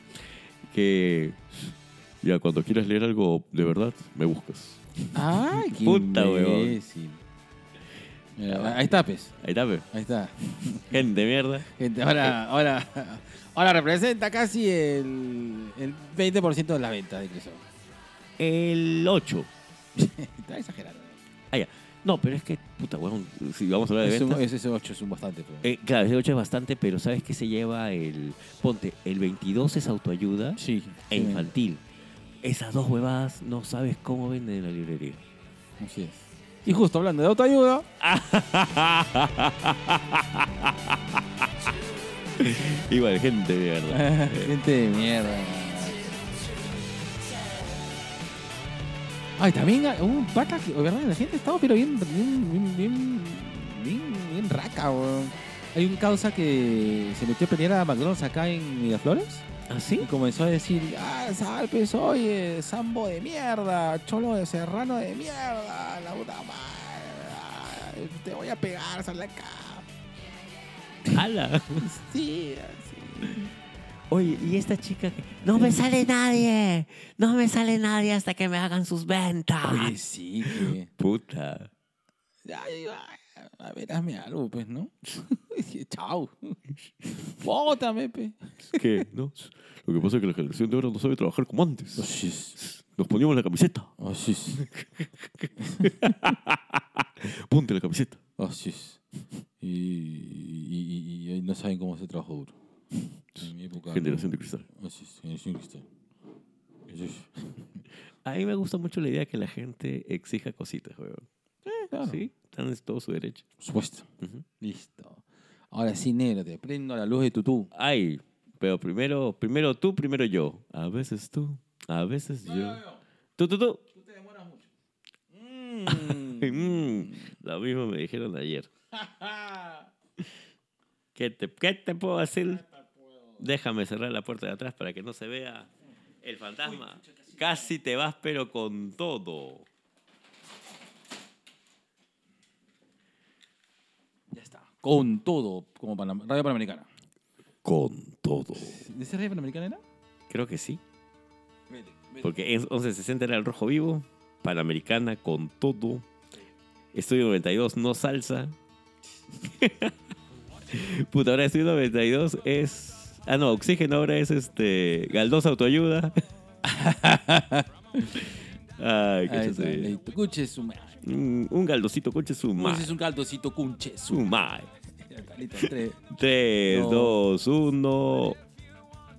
S3: que ya cuando quieras leer algo de verdad, me buscas.
S2: Ay, qué
S3: Puta, weón.
S2: imbécil. Mira, Ahí está, pues.
S3: Ahí está, pe.
S2: Ahí está.
S3: gente de mierda.
S2: Gente, Este, ahora, ahora, ahora representa casi el, el 20% de las ventas de Crisol.
S3: El 8.
S2: Está exagerado.
S3: Ah, ya. No, pero es que, puta, weón, si vamos a hablar de
S2: Es un-
S3: ventas...
S2: es- Ese 8 es un bastante. pues.
S3: eh, claro, el 8 es bastante, pero ¿sabes qué se lleva el... Ponte, el 22 es autoayuda
S2: Sí.
S3: e infantil. Esas dos huevadas no sabes cómo venden en la librería.
S2: Así es. Y justo hablando de autoayuda,
S3: Igual, gente de verdad.
S2: gente de mierda. Ay, también ah, hubo un pata que, ¿verdad? La gente estaba pero bien, bien, bien, bien, bien, bien raca, weón. Hay un causa que se metió a pelear a McDonald's acá en Miraflores.
S3: ¿Ah,
S2: Y comenzó a decir, ah, Salpes, oye, Sambo de mierda, Cholo de Serrano de mierda, la puta madre, ah, te voy a pegar, sal de acá.
S3: ¡Hala!
S2: Sí, así.
S3: Oye, ¿y esta chica? No me sale nadie. No me sale nadie hasta que me hagan sus ventas.
S2: Oye, sí, que...
S3: puta.
S2: Ay, ay, a ver, hazme algo, pues, ¿no? Dije, Chao. Bótame, pe.
S3: ¿Qué? No. Lo que pasa es que la generación de ahora no sabe trabajar como antes. Nos poníamos la camiseta.
S2: Así es,
S3: Ponte la camiseta.
S2: así es. Y, y- y- y no saben cómo se trabaja duro. En mi época.
S3: Generación de cristal.
S2: no. Así es, generación cristal. Así es.
S3: A mí me gusta mucho la idea que la gente exija cositas, weón. Sí, están en todo su derecho.
S2: Por supuesto. Listo. Ahora sí, negro, te prendo la luz de tu tú.
S3: Ay, pero primero, primero tú, primero yo. A veces tú, a veces yo. Tú, tú, tú.
S2: Tú te demoras mucho.
S3: Mm, lo mismo me dijeron ayer. ¿Qué te, qué te puedo decir? Déjame cerrar la puerta de atrás para que no se vea el fantasma. Casi te vas, pero con todo.
S2: Ya está. Con todo, como para Radio Panamericana.
S3: Con todo.
S2: ¿De ese Radio Panamericana era?
S3: Creo que sí. Porque es 1160 era el rojo vivo, Panamericana con todo. Estudio 92, no salsa. Puta, ahora Estudio 92 es. Ah, no, Oxígeno ahora es este. Galdós Autoayuda. Ay, qué
S2: Ahí está,
S3: chasquería.
S2: listo. Cuche su madre.
S3: Un, un galdosito coche suma.
S2: Ese es un caldocito cunche su
S3: Suma.
S2: Ya está, listo, tres.
S3: 3,
S2: No.
S3: 2, 1.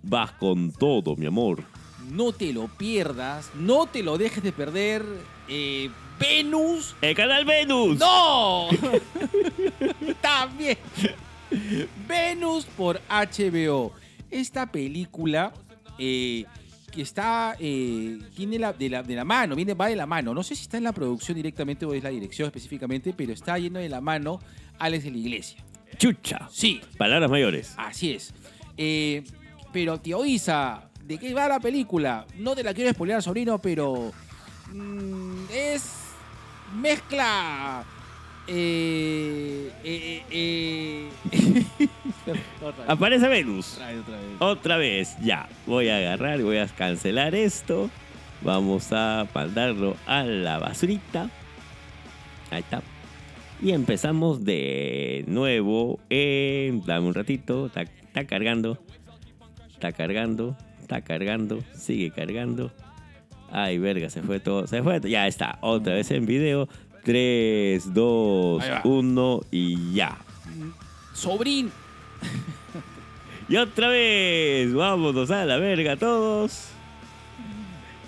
S3: Vas con todo, mi amor.
S2: No te lo pierdas, no te lo dejes de perder. Eh, Venus.
S3: ¡El canal Venus!
S2: ¡No! También. Venus por HBO. Esta película eh, que está. eh, tiene la, de, la, de la mano, viene, va de la mano. No sé si está en la producción directamente o es la dirección específicamente, pero está yendo de la mano Alex de la Iglesia.
S3: ¡Chucha!
S2: Sí,
S3: Palabras mayores.
S2: Así es. Eh, pero, tío Isa, ¿de qué va la película? No te la quiero spoilear, sobrino, pero. mm, es. Mezcla. Eh, eh, eh, eh. otra vez,
S3: Aparece Venus.
S2: otra vez, otra vez.
S3: Otra vez, ya. Voy a agarrar y voy a cancelar esto. Vamos a mandarlo a la basurita. Ahí está. Y empezamos de nuevo. en- dame un ratito. Está, está cargando. Está cargando. Está cargando. Sigue cargando. Ay, verga, se fue todo. Se fue. todo. Ya está. Otra vez en video. 3, 2,
S2: Ahí va.
S3: 1 y ya.
S2: Sobrín.
S3: Y otra vez. Vámonos a la verga todos.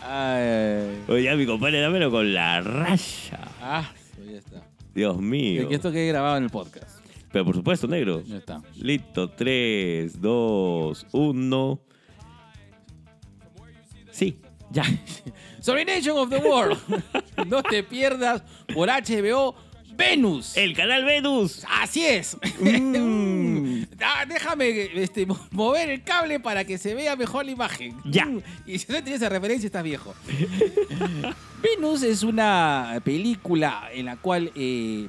S2: Ay,
S3: Oye, ya mi compadre dámelo con la raya.
S2: ah, ya está.
S3: Dios mío.
S2: Que esto quede grabado en el podcast.
S3: Pero por supuesto, negro.
S2: Ya está.
S3: Listo, 3, 2, 1. Sí, ya.
S2: Sobrination of the World. no te pierdas por HBO Venus.
S3: El canal Venus.
S2: Así es.
S3: Mm.
S2: Ah, déjame este, mo- mover el cable para que se vea mejor la imagen.
S3: Ya.
S2: Mm. Y si no tienes esa referencia, estás viejo. Venus es una película en la cual eh,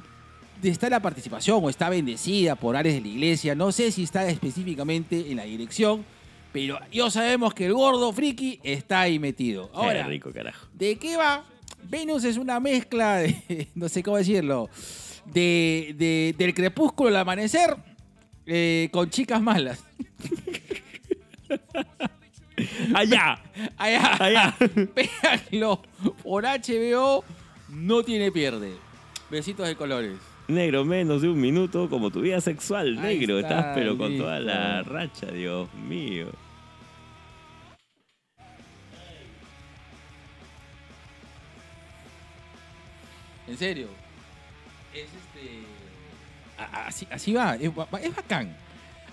S2: está la participación o está bendecida por áreas de la iglesia. No sé si está específicamente en la dirección, pero yo sabemos que el gordo friki está ahí metido.
S3: Ahora.
S2: Ahora,
S3: rico, carajo.
S2: ¿De qué va? Venus es una mezcla de, no sé cómo decirlo, de, de- del crepúsculo al amanecer eh, con chicas malas.
S3: Allá,
S2: Allá,
S3: allá.
S2: véanlo por HBO, no tiene pierde. Besitos de colores.
S3: negro, menos de un minuto como tu vida sexual,
S2: Ahí
S3: negro.
S2: está,
S3: Estás pero con
S2: listo.
S3: toda la racha, Dios mío.
S2: ¿En serio? es este... a- a- Así, así va, es, ba- es bacán.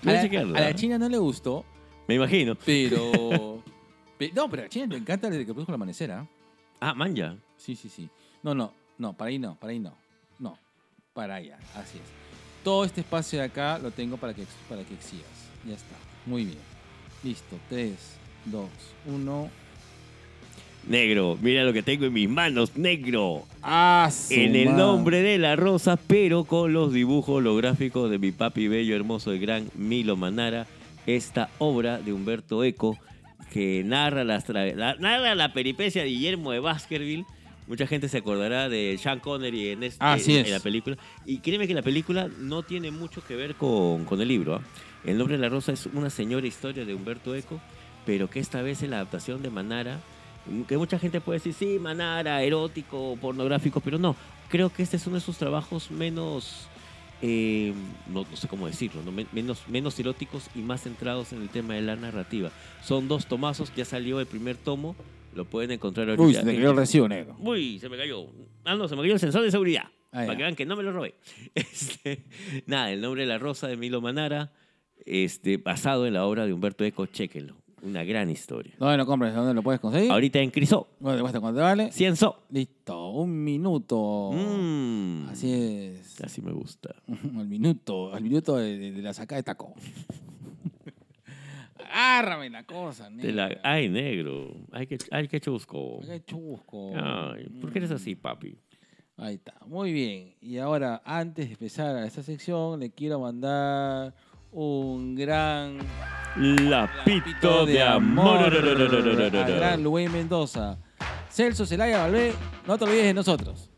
S2: A
S3: Voy a
S2: la,
S3: chequearla.
S2: a la China no le gustó,
S3: Me imagino.
S2: pero... pe- no, pero a la China le encanta desde que produjo el amanecer, ¿ah?
S3: Ah, manja.
S2: Sí, sí, sí. No, no, no, para ahí no, para ahí no. No, para allá, así es. Todo este espacio de acá lo tengo para que, ex- para que exhibas. Ya está, muy bien. Listo, 3, 2, 1.
S3: Negro, mira lo que tengo en mis manos, negro.
S2: ¡Ah!
S3: En el nombre de la rosa, pero con los dibujos holográficos de mi papi bello, hermoso, el gran Milo Manara, esta obra de Humberto Eco que narra, las tra- la, narra la peripecia de Guillermo de Baskerville. Mucha gente se acordará de Sean Connery en, este-
S2: Así
S3: en
S2: es.
S3: la película. Y créeme que la película no tiene mucho que ver con, con el libro. ¿ah? El nombre de la rosa es una señora historia de Humberto Eco, pero que esta vez en la adaptación de Manara que mucha gente puede decir, sí, Manara, erótico, pornográfico, pero no. Creo que este es uno de sus trabajos menos, eh, no, no sé cómo decirlo, ¿no? Men- menos, menos eróticos y más centrados en el tema de la narrativa. Son dos tomazos, ya salió el primer tomo, lo pueden encontrar ahorita.
S2: Uy, se te cayó el recibo negro.
S3: Uy, se me cayó. Ah, no, se me cayó el sensor de seguridad.
S2: Ah, ya.
S3: para que vean que no me lo robé. Este, nada, el nombre de la rosa de Milo Manara, este, basado en la obra de Humberto Eco, chéquenlo. Una gran historia.
S2: ¿Dónde lo compras? ¿Dónde lo puedes conseguir?
S3: Ahorita en Crisó,
S2: ¿Dónde te cuesta cuánto vale?
S3: Cienzo.
S2: Listo, un minuto.
S3: Mm.
S2: Así es.
S3: Así me gusta.
S2: Al minuto, al minuto de, de- de la sacada de taco. Agárrame la cosa,
S3: Te
S2: negro.
S3: la- Ay, negro. Ay, que, ay, qué chusco.
S2: Ay, qué chusco. Mm.
S3: Ay, ¿por qué eres así, papi?
S2: Ahí está, muy bien. Y ahora, antes de empezar a esta sección, le quiero mandar un gran
S3: Lapito de amor.
S2: al gran Luis Mendoza. Celso Celaya Valvé, no te olvides de nosotros.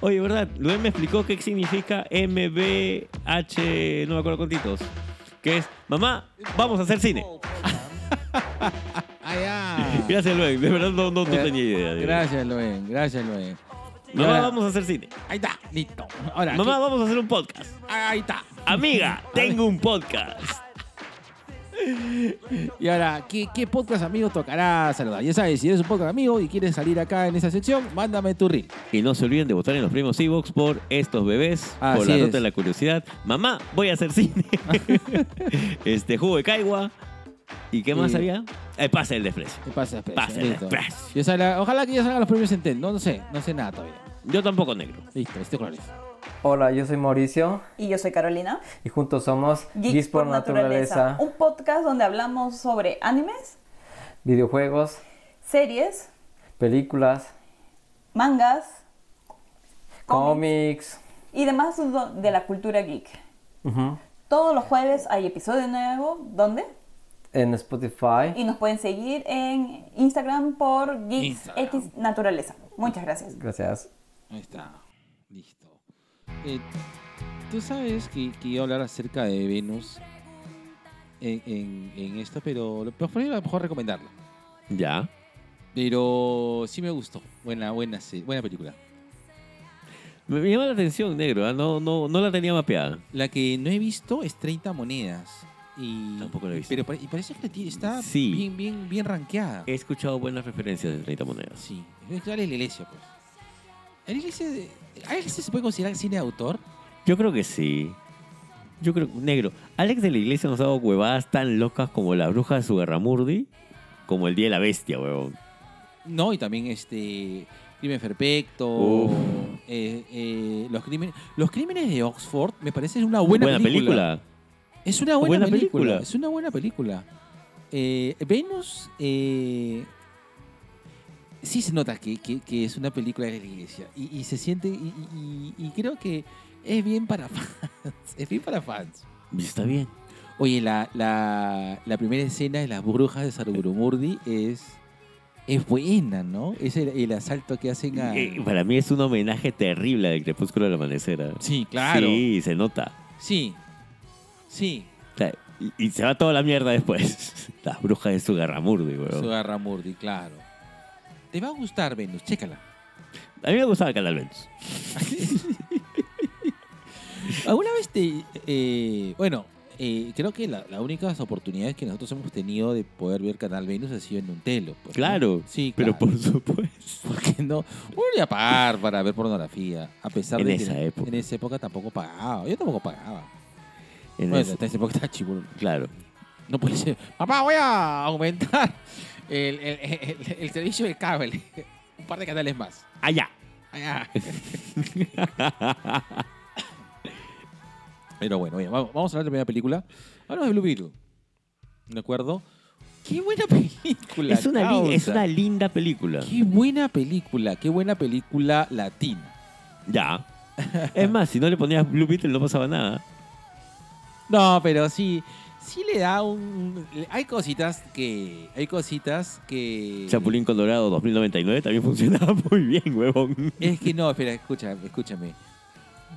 S3: Oye, ¿verdad? Luis me explicó qué significa MBH, no me acuerdo cuántitos. Que es, mamá, vamos a hacer cine.
S2: Allá.
S3: Gracias, Luis. De verdad, no, no, no tenía idea. de-
S2: Gracias, Luis. Gracias, Luis.
S3: Mamá, vamos a hacer cine.
S2: Ahí está, listo. Ahora, aquí.
S3: Mamá, vamos a hacer un podcast.
S2: ahí está.
S3: Amiga, tengo un podcast.
S2: Y ahora, ¿qué, qué podcast amigo tocará saludar? Ya sabes, si eres un podcast amigo y quieres salir acá en esa sección, mándame tu reel.
S3: Y no se olviden de votar en los premios Evox por estos bebés, por
S2: Así
S3: la
S2: es.
S3: nota de la curiosidad. Mamá, voy a hacer cine. este jugo de caigua. ¿Y qué más
S2: Y-
S3: había? El pase del desprecio.
S2: Y pasa, después, eh,
S3: Pasa,
S2: listo.
S3: después.
S2: Ya salga- ojalá que ya salgan los premios Entel. No, no sé, no sé nada todavía.
S3: Yo tampoco negro.
S2: Listo, este colores.
S6: Hola, yo soy Mauricio
S7: Y yo soy Carolina.
S6: y juntos somos
S7: Geeks
S6: Geeks por Naturaleza, Uh.
S7: Un podcast donde hablamos sobre animes,
S6: videojuegos,
S7: series,
S6: películas,
S7: mangas, cómics
S6: cómics.
S7: y demás do- de la cultura geek.
S6: Ujú.
S7: Todos los jueves hay episodio nuevo, ¿dónde?
S6: En Spotify.
S7: Y nos pueden seguir en Instagram por Geeks
S2: Instagram.
S7: X Naturaleza. Muchas gracias.
S6: Gracias.
S2: Ahí está. Listo. Eh, Tú sabes que, que iba a hablar acerca de Venus en, en- en esto, pero lo- prefiero a lo mejor recomendarlo.
S3: Ya.
S2: Pero sí me gustó. Buena, buena, se- buena película.
S3: Me, me llama la atención negro. ¿ah? No, no, no la tenía mapeada.
S2: La que no he visto es 30 monedas. Y,
S3: Tampoco la he visto.
S2: Pero pare- y parece que la tía está
S3: Sí. Eh.
S2: bien, bien, bien rankeada.
S3: He escuchado buenas referencias de 30 monedas.
S2: Sí. Es que vale la iglesia, pues. ¿La iglesia, de- ¿La iglesia se puede considerar cine de autor?
S3: Yo creo que sí. Yo creo, negro. Alex de la iglesia nos ha dado huevadas tan locas como la bruja de su garramurdi, como el día de la bestia, huevón.
S2: No, y también este. Crimen Perfecto.
S3: Uf.
S2: eh, eh, los, crímenes, los Crímenes de Oxford me parece una Ah, buena,
S3: película.
S2: Es una buena,
S3: Buena
S2: película.
S3: película.
S2: Es una buena película. Eh, Venus. eh, sí se nota que, que- que es una película de la iglesia. Y, y se siente. Y, y- y- y creo que es bien para fans. Es bien para fans.
S3: Y Está bien.
S2: Oye, la, la- la primera escena de las brujas de Sarugurumurdi es. Es buena, ¿no? Es el, el asalto que hacen a.
S3: Eh, para mí es un homenaje terrible al crepúsculo del amanecer. ¿ah?
S2: Sí, claro. Sí.
S3: Sí, se nota.
S2: Sí.
S3: O sea, y, y se va toda la mierda después. Las brujas de su garramurdi, weón.
S2: Su Garramurdi, claro. Te va a gustar, Venus. Chécala.
S3: A mí me gustaba el Canal Venus.
S2: ¿Alguna vez te... eh, bueno, eh, creo que la- las únicas oportunidades que nosotros hemos tenido de poder ver Canal Venus ha sido en un telo. pues, ¿no?
S3: Claro,
S2: Sí,
S3: pero
S2: claro.
S3: por supuesto.
S2: ¿Por qué no? Uno iba a pagar para ver pornografía. A pesar
S3: En
S2: de
S3: esa
S2: que
S3: época.
S2: en esa época tampoco pagaba. Yo tampoco pagaba.
S3: En
S2: bueno,
S3: ese-
S2: hasta esa época estaba chibolo.
S3: Claro.
S2: No puede ser. Papá, voy a aumentar el, el- el- el servicio de cable. Un par de canales más.
S3: Allá.
S2: Allá. Pero bueno, bien, vamos vamos a hablar de la primera película. Hablamos de Blue Beetle. ¿De acuerdo? ¡Qué buena película!
S3: Es una, lin- es
S2: causa!
S3: una linda película.
S2: ¡Qué buena película! ¡Qué buena película latina!
S3: Ya. Es más, si no le ponías Blue Beetle no pasaba nada.
S2: No, pero sí, sí le da un... le- Hay cositas que... Hay cositas que...
S3: Chapulín Colorado 2099 también funcionaba muy bien, huevón.
S2: Es que no, espera, escucha, escúchame.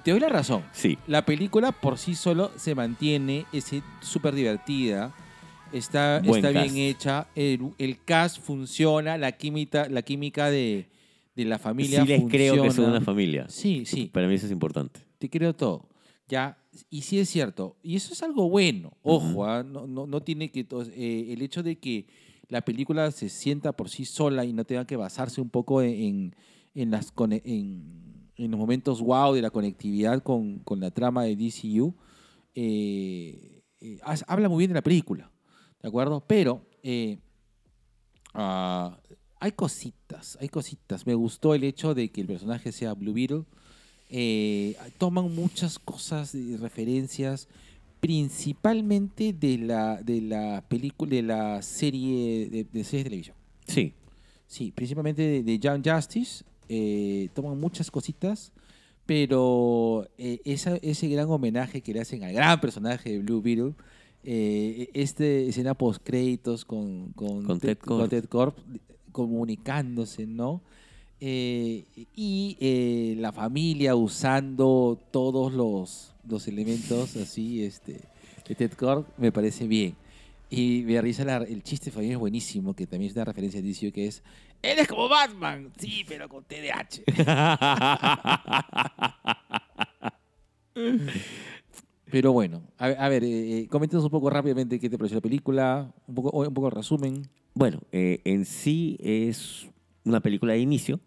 S2: Te doy la razón.
S3: Sí.
S2: La película por sí solo se mantiene, es súper divertida, está,
S3: Buen
S2: está
S3: cast.
S2: bien hecha, el, el cast funciona, la química, la química de, de la familia
S3: Sí les
S2: funciona.
S3: creo que son una familia.
S2: Sí, sí,
S3: Para mí eso es importante.
S2: te creo todo. Ya, y sí es cierto, y eso es algo bueno, ojo, ah, no, no, no tiene que... to- eh, el hecho de que la película se sienta por sí sola y no tenga que basarse un poco en, en- en las, cone- en, en los momentos wow de la conectividad con, con la trama de DCU, eh, eh, has- habla muy bien de la película, ¿de acuerdo? Pero eh, ah, hay cositas, hay cositas. Me gustó el hecho de que el personaje sea Blue Beetle. Eh, toman muchas cosas y referencias, principalmente de la, de la película, de la serie de, de series de televisión.
S3: Sí.
S2: Sí, principalmente de, de Young Justice. eh, toman muchas cositas, pero eh, esa- ese gran homenaje que le hacen al gran personaje de Blue Beetle, eh, este escena post créditos con, con,
S3: Con Ted
S2: con
S3: Kord.
S2: Ted Kord comunicándose, ¿no? Eh, y eh, la familia usando todos los, los elementos así este, de Ted Kord me parece bien. Y me da risa la- el chiste familiar es buenísimo, que también es una referencia a DCU, que es Él es como Batman, sí, pero con TDH. pero bueno, a, a ver, eh, eh, coméntanos un poco rápidamente qué te pareció la película, un poco, o un poco el resumen.
S3: Bueno, eh, en sí es una película de inicio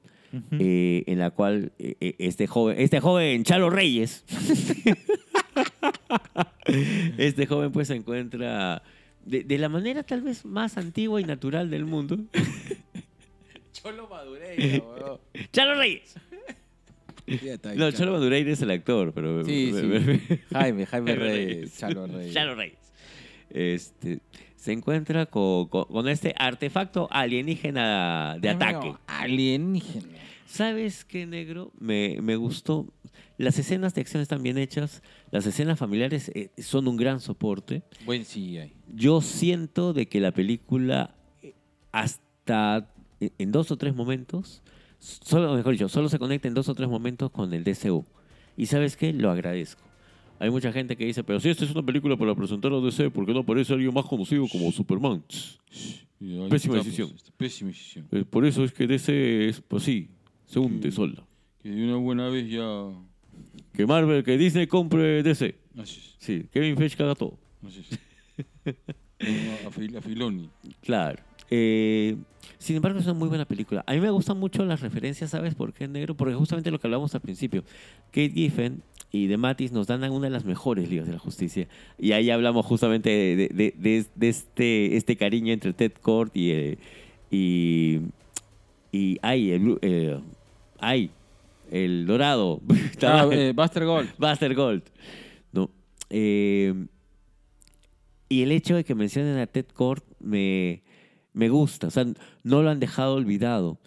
S3: eh, en la cual eh, eh, este joven, este joven Chalo Reyes, este joven pues se encuentra de, de la manera tal vez más antigua y natural del mundo.
S2: Cholo Madureira, weón.
S3: Chalo Reyes. No, Chalo Madureira es el actor, pero
S2: Sí, sí. Jaime, Jaime Reyes. Chalo Reyes.
S3: Chalo Reyes. Este, se encuentra co- co- con, este artefacto alienígena de
S2: Dios mío,
S3: ataque.
S2: Alienígena.
S3: ¿Sabes qué, negro? Me, me gustó. Las escenas de acción están bien hechas. Las escenas familiares eh, son un gran soporte.
S2: Buen CGI.
S3: Yo siento de que la película, eh, hasta eh, en dos o tres momentos, solo, mejor dicho, solo se conecta en dos o tres momentos con el DCU. Y ¿sabes qué? Lo agradezco. Hay mucha gente que dice, pero si esta es una película para presentar a DC, ¿por qué no aparece alguien más conocido como Superman? Pésima decisión.
S2: Pésima decisión.
S3: Eh, Por eso es que DC es, pues sí, se hunde sola.
S2: Que de una buena vez ya.
S3: Que Marvel, que Disney compre DC. Sí, Kevin Feige caga todo.
S2: A Filoni.
S3: Claro. Eh, sin embargo, es una muy buena película. A mí me gustan mucho las referencias, ¿sabes por qué, negro? Porque justamente lo que hablábamos al principio. Kate Giffen y The Matis nos dan a una de las mejores ligas de la justicia. Y ahí hablamos justamente de, de- de- de- de este, este cariño entre Ted Kord y... eh, y, y ay, el, Blue- eh, ay, el dorado.
S2: Ah, eh, Buster Gold.
S3: Buster Gold. No. Eh, y el hecho de que mencionen a Ted Kord me, me gusta. O sea, no lo han dejado olvidado.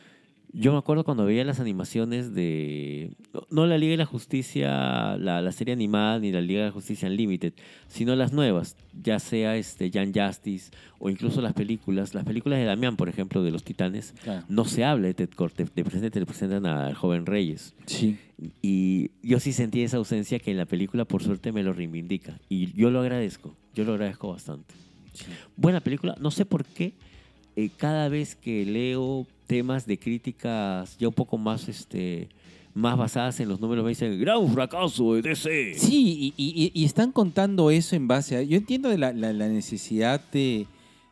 S3: Yo me acuerdo cuando veía las animaciones de. no- No la Liga de la Justicia, la, la serie animada, ni la Liga de la Justicia Unlimited, sino las nuevas, ya sea este, Jan Justice o incluso las películas. Las películas de Damián, por ejemplo, de los Titanes,
S2: Claro.
S3: no se habla de Ted Kord, te, te presentan, te presentan al joven Reyes.
S2: Sí.
S3: Y yo sí sentí esa ausencia que en la película, por suerte, me lo reivindica. Y yo lo agradezco, yo lo agradezco bastante. Buena película, no sé por qué. eh, cada vez que leo temas de críticas ya un poco más este, más basadas en los números, me dicen, gran fracaso de DC.
S2: Sí, y, y- y- y están contando eso en base a... Yo entiendo de la, la- la necesidad de,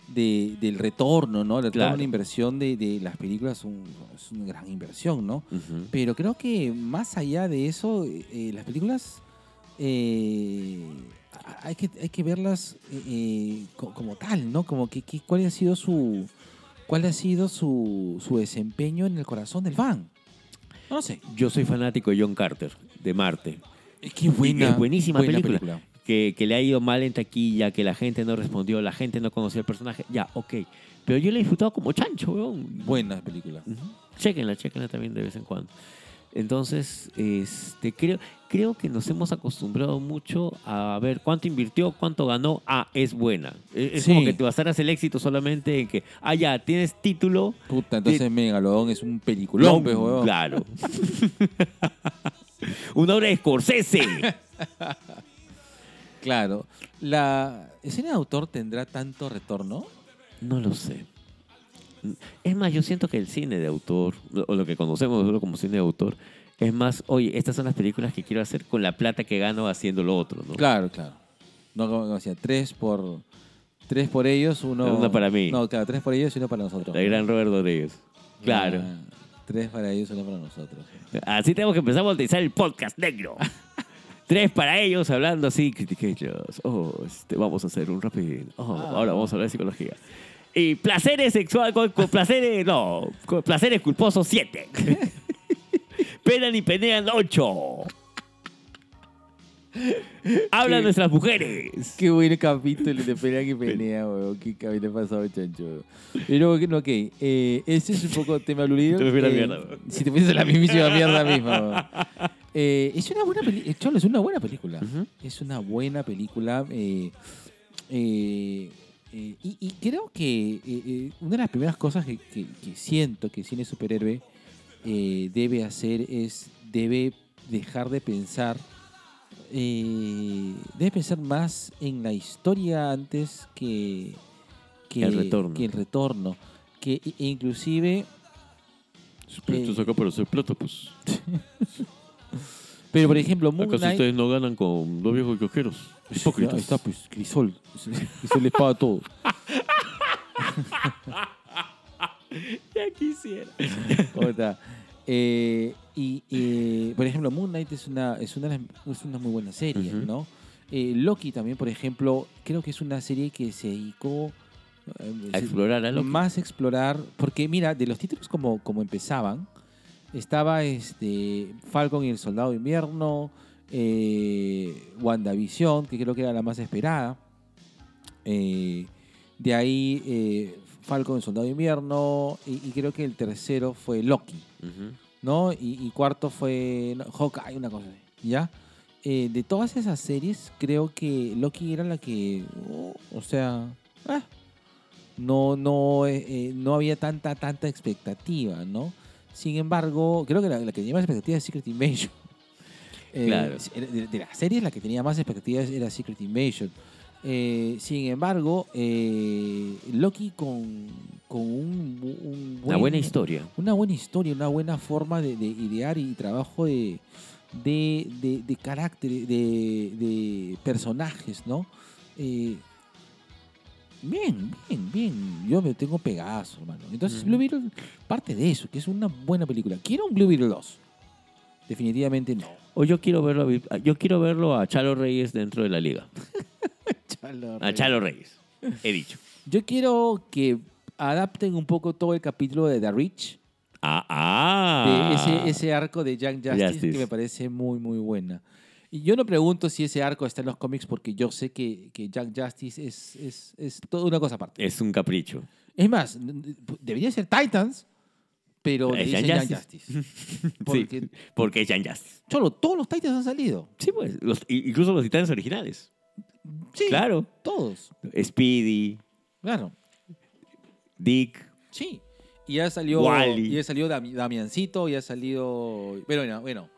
S2: de- del retorno, ¿no? El retorno
S3: Claro.
S2: de la inversión de, de las películas es un- es una gran inversión, ¿no?
S3: Ujú.
S2: Pero creo que más allá de eso, eh, eh, las películas eh, hay, que, hay que verlas eh, eh, co- como tal, ¿no? Como que, que- cuál ha sido su cuál ha sido su, su desempeño en el corazón del fan. No lo sé.
S3: Yo soy fanático de John Carter, de Marte.
S2: Qué buena,
S3: es buenísima
S2: buena
S3: película. que, que le ha ido mal en taquilla, que la gente no respondió, la gente no conoció el personaje. Ya, ok. Pero yo la he disfrutado como chancho, weón.
S2: Buena película.
S3: Chequenla, chequenla también de vez en cuando. Entonces, este, creo, creo que nos hemos acostumbrado mucho a ver cuánto invirtió, cuánto ganó. Ah, es buena. Es, es
S2: Sí.
S3: como que te basaras el éxito solamente en que, ah, ya, tienes título.
S2: Puta, entonces Megalodón es un peliculón, pues, huevón.
S3: Claro. Una obra de Scorsese.
S2: Claro. ¿La escena de autor tendrá tanto retorno?
S3: No lo sé. Es más, yo siento que el cine de autor, o lo que conocemos nosotros como cine de autor, es más, oye, estas son las películas que quiero hacer con la plata que gano haciendo lo otro, ¿no?
S2: Claro, claro. No, como como decía, tres por, tres por ellos, uno...
S3: Uno para mí.
S2: No, claro, tres por ellos y uno para nosotros.
S3: El gran Robert Rodríguez. Claro.
S2: Ah, tres para ellos, uno para nosotros.
S3: Así tenemos que empezar a bautizar el podcast negro. Tres para ellos hablando así, critiquellos. Oh, este, vamos a hacer un rapidín. Oh, Ahora vamos a hablar de psicología. Y placeres sexuales, con, con placeres, no, con placeres culposos, siete. Penan y penean, ocho. Hablan
S2: Qué-
S3: nuestras mujeres.
S2: Qué buen capítulo de pelea que pelea, weón. Qué capítulo pasado, chancho. Pero, bueno, ok, eh, ese es un poco tema aludido.
S3: Te me fui a la
S2: Eh,
S3: mierda, weón.
S2: Si te fuiste a la mismísima mierda misma, weón. Eh, es una buena película, Cholo, es una buena película.
S3: Ujú.
S2: Es una buena película. eh, eh, eh, y, y creo que eh, eh, una de las primeras cosas que, que- que siento que el cine superhéroe eh, debe hacer es, debe dejar de pensar eh, debes pensar más en la historia antes que, que-
S3: El retorno.
S2: Que el retorno. Que i- e inclusive... eh,
S3: Pero
S2: esto es
S3: acá para hacer plata, pues.
S2: Pero por ejemplo, Moon Knight...
S3: no ganan con dos viejos coqueros?
S2: Ahí está, pues, Crisol. Crisol les paga todo.
S3: Ya quisiera.
S2: Puta. Eh, y, eh, por ejemplo, Moon Knight es una, es una, de las- es una muy buena serie,
S3: Ujú.
S2: ¿no? Eh, Loki también, por ejemplo, creo que es una serie que se dedicó... eh,
S3: A
S2: se-
S3: explorar a Loki.
S2: más explorar, porque mira, de los títulos como, como empezaban, estaba este Falcon y el Soldado de Invierno, eh, WandaVision, que creo que era la más esperada. eh, de ahí eh, Falcon y el Soldado de Invierno, y, y creo que el tercero fue Loki,
S3: Ujú.
S2: ¿no? Y, y cuarto fue no, Hawkeye, una cosa así, ¿ya? Eh, de todas esas series, creo que Loki era la que, oh, o sea, ah, no, no, eh, eh, no había tanta, tanta expectativa, ¿no? Sin embargo, creo que la, la que tenía más expectativa es Secret Invasion. Eh,
S3: Claro.
S2: De, de las series, la que tenía más expectativas era Secret Invasion. Eh, sin embargo, eh, Loki con, con un, bu- un
S3: Una buena historia.
S2: una buena historia, una buena forma de, de idear y trabajo de, de, de- de carácter, de, de personajes, ¿no? Eh, bien, bien, bien. Yo me tengo Pegaso, hermano. Entonces,
S3: Ujú.
S2: Blue Beetle parte de eso, que es una buena película. ¿Quiero un Blue Beetle 2? Definitivamente no.
S3: O yo quiero verlo a, Vi- yo quiero verlo a Chalo Reyes dentro de la liga. A Chalo Reyes. He dicho.
S2: Ah, Yo quiero que adapten un poco todo el capítulo de The Rich.
S3: Ah,
S2: de
S3: ah.
S2: ese, ese arco de Young Justice,
S3: Justice.
S2: que me parece muy, muy buena. Y yo no pregunto si ese arco está en los cómics porque yo sé que, que Young Justice es, es, es toda una cosa aparte.
S3: Es un capricho.
S2: Es más, n- n- debería ser Titans, pero le
S3: Es
S2: dicen
S3: Young
S2: Young Justice. Porque,
S3: Sí, porque es Jan Justice.
S2: Cholo, todos los Titans han salido.
S3: Sí, pues. los- i- incluso los titanes originales.
S2: Sí,
S3: Claro.
S2: todos.
S3: Speedy,
S2: Claro,
S3: Dick.
S2: sí. Y ya salió,
S3: Wall-E.
S2: y ya salió Dami- Damiancito, y ya salido... Pero bueno, bueno.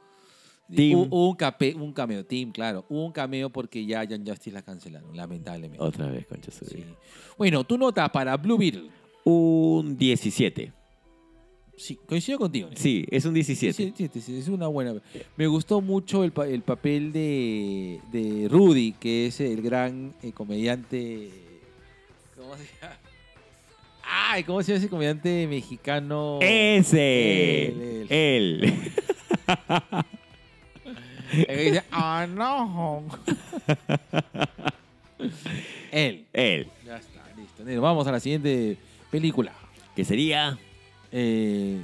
S3: Tim.
S2: Hubo- hubo un, cape- un cameo, Tim, claro. Hubo un cameo porque ya Young Justice la cancelaron, lamentablemente.
S3: Otra vez, concha su
S2: Sí.
S3: vida.
S2: Bueno, tu nota para Blue Beetle.
S3: Un 17.
S2: Sí, coincido contigo. Nico.
S3: Sí, es un 17.
S2: Sí, sí, sí, sí, es una buena. Me gustó mucho el, pa- el papel de, de Rudy, que es el gran eh, comediante. ¿Cómo se llama? Ay, ¿cómo se llama ese comediante mexicano?
S3: Eh, Ese.
S2: Él, él.
S3: Él.
S2: El que dice, "Ah, no. Él.
S3: Él.
S2: Ya está, listo. Nero, Vamos a la siguiente película.
S3: Que sería.
S2: Eh,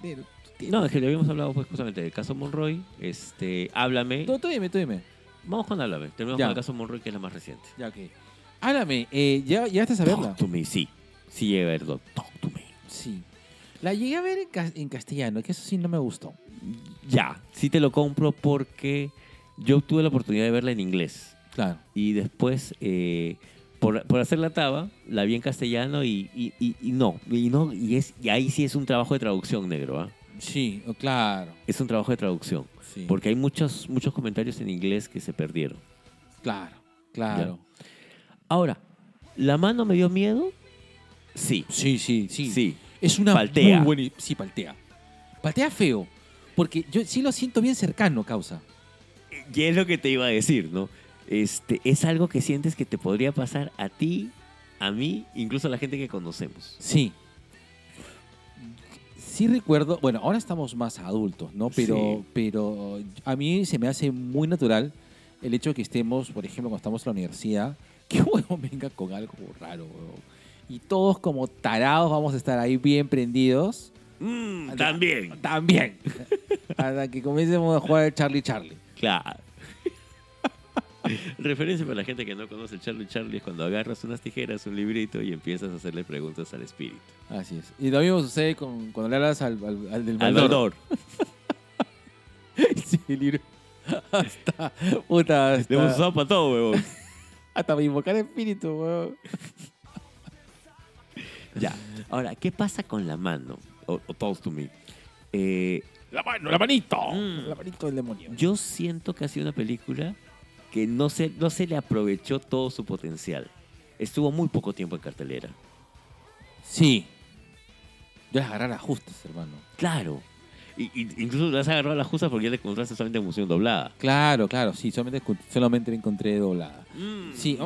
S2: Nero, tú tienes-
S3: No, es que le habíamos hablado pues, justamente del caso Monroy. Este, háblame.
S2: No, tú dime, tú dime.
S3: Vamos con háblame. Terminamos
S2: Ya.
S3: con el caso Monroy, que es la más reciente.
S2: Ya, ok. Háblame, eh, ¿ya, ¿ya estás a verla?
S3: Talk to me, sí. Sí, Everton. Talk to me.
S2: Sí. La llegué a ver en, cas- en castellano, que eso sí no me gustó.
S3: Ya, sí te lo compro porque yo tuve la oportunidad de verla en inglés.
S2: Claro.
S3: y después eh, por, por hacer la taba la vi en castellano y, y, y- y no y no y es y ahí sí es un trabajo de traducción negro ¿ah?
S2: Sí, o- claro.
S3: es un trabajo de traducción
S2: Sí.
S3: porque hay muchos muchos comentarios en inglés que se perdieron
S2: Claro, claro.
S3: ahora la mano me dio miedo sí
S2: Sí, sí, sí.
S3: sí
S2: Es una
S3: Paltea.
S2: muy buena... i- Sí, paltea. Paltea feo. Porque yo sí lo siento bien cercano, causa.
S3: y es lo que te iba a decir no este es algo que sientes que te podría pasar a ti a mí incluso a la gente que conocemos
S2: Sí. Sí recuerdo, bueno, ahora estamos más adultos, ¿no? Pero,
S3: Sí.
S2: pero a mí se me hace muy natural el hecho de que estemos, por ejemplo, cuando estamos en la universidad, que huevón venga con algo raro, huevón. Y todos como tarados vamos a estar ahí bien prendidos.
S3: Mm, también
S2: También. Hasta que comencemos a jugar el Charlie Charlie.
S3: Claro. Referencia para la gente que no conoce el Charlie Charlie es cuando agarras unas tijeras, un librito y empiezas a hacerle preguntas al espíritu.
S2: Así es. Y lo mismo sucede con, cuando le hablas al, al- al del
S3: Al
S2: motor.
S3: doctor.
S2: Sí, el libro. Hasta, puta, hasta-
S3: Le hemos usado para todo, huevón.
S2: Hasta me invocar espíritu, weón.
S3: ya. Ahora, ¿qué pasa con la mano? O, o Talk to me. Eh,
S2: La mano, la manito.
S3: Mm.
S2: La manito del demonio.
S3: yo siento que ha sido una película que no se, no se le aprovechó todo su potencial. Estuvo muy poco tiempo en cartelera.
S2: Sí. Yo las agarrara justas, hermano.
S3: Claro. Y, y- incluso las has agarrado a la justa porque ya le encontraste solamente emoción doblada.
S2: Claro, claro, sí. Solamente, escu- solamente la encontré doblada.
S3: Mm,
S2: Sí. mm.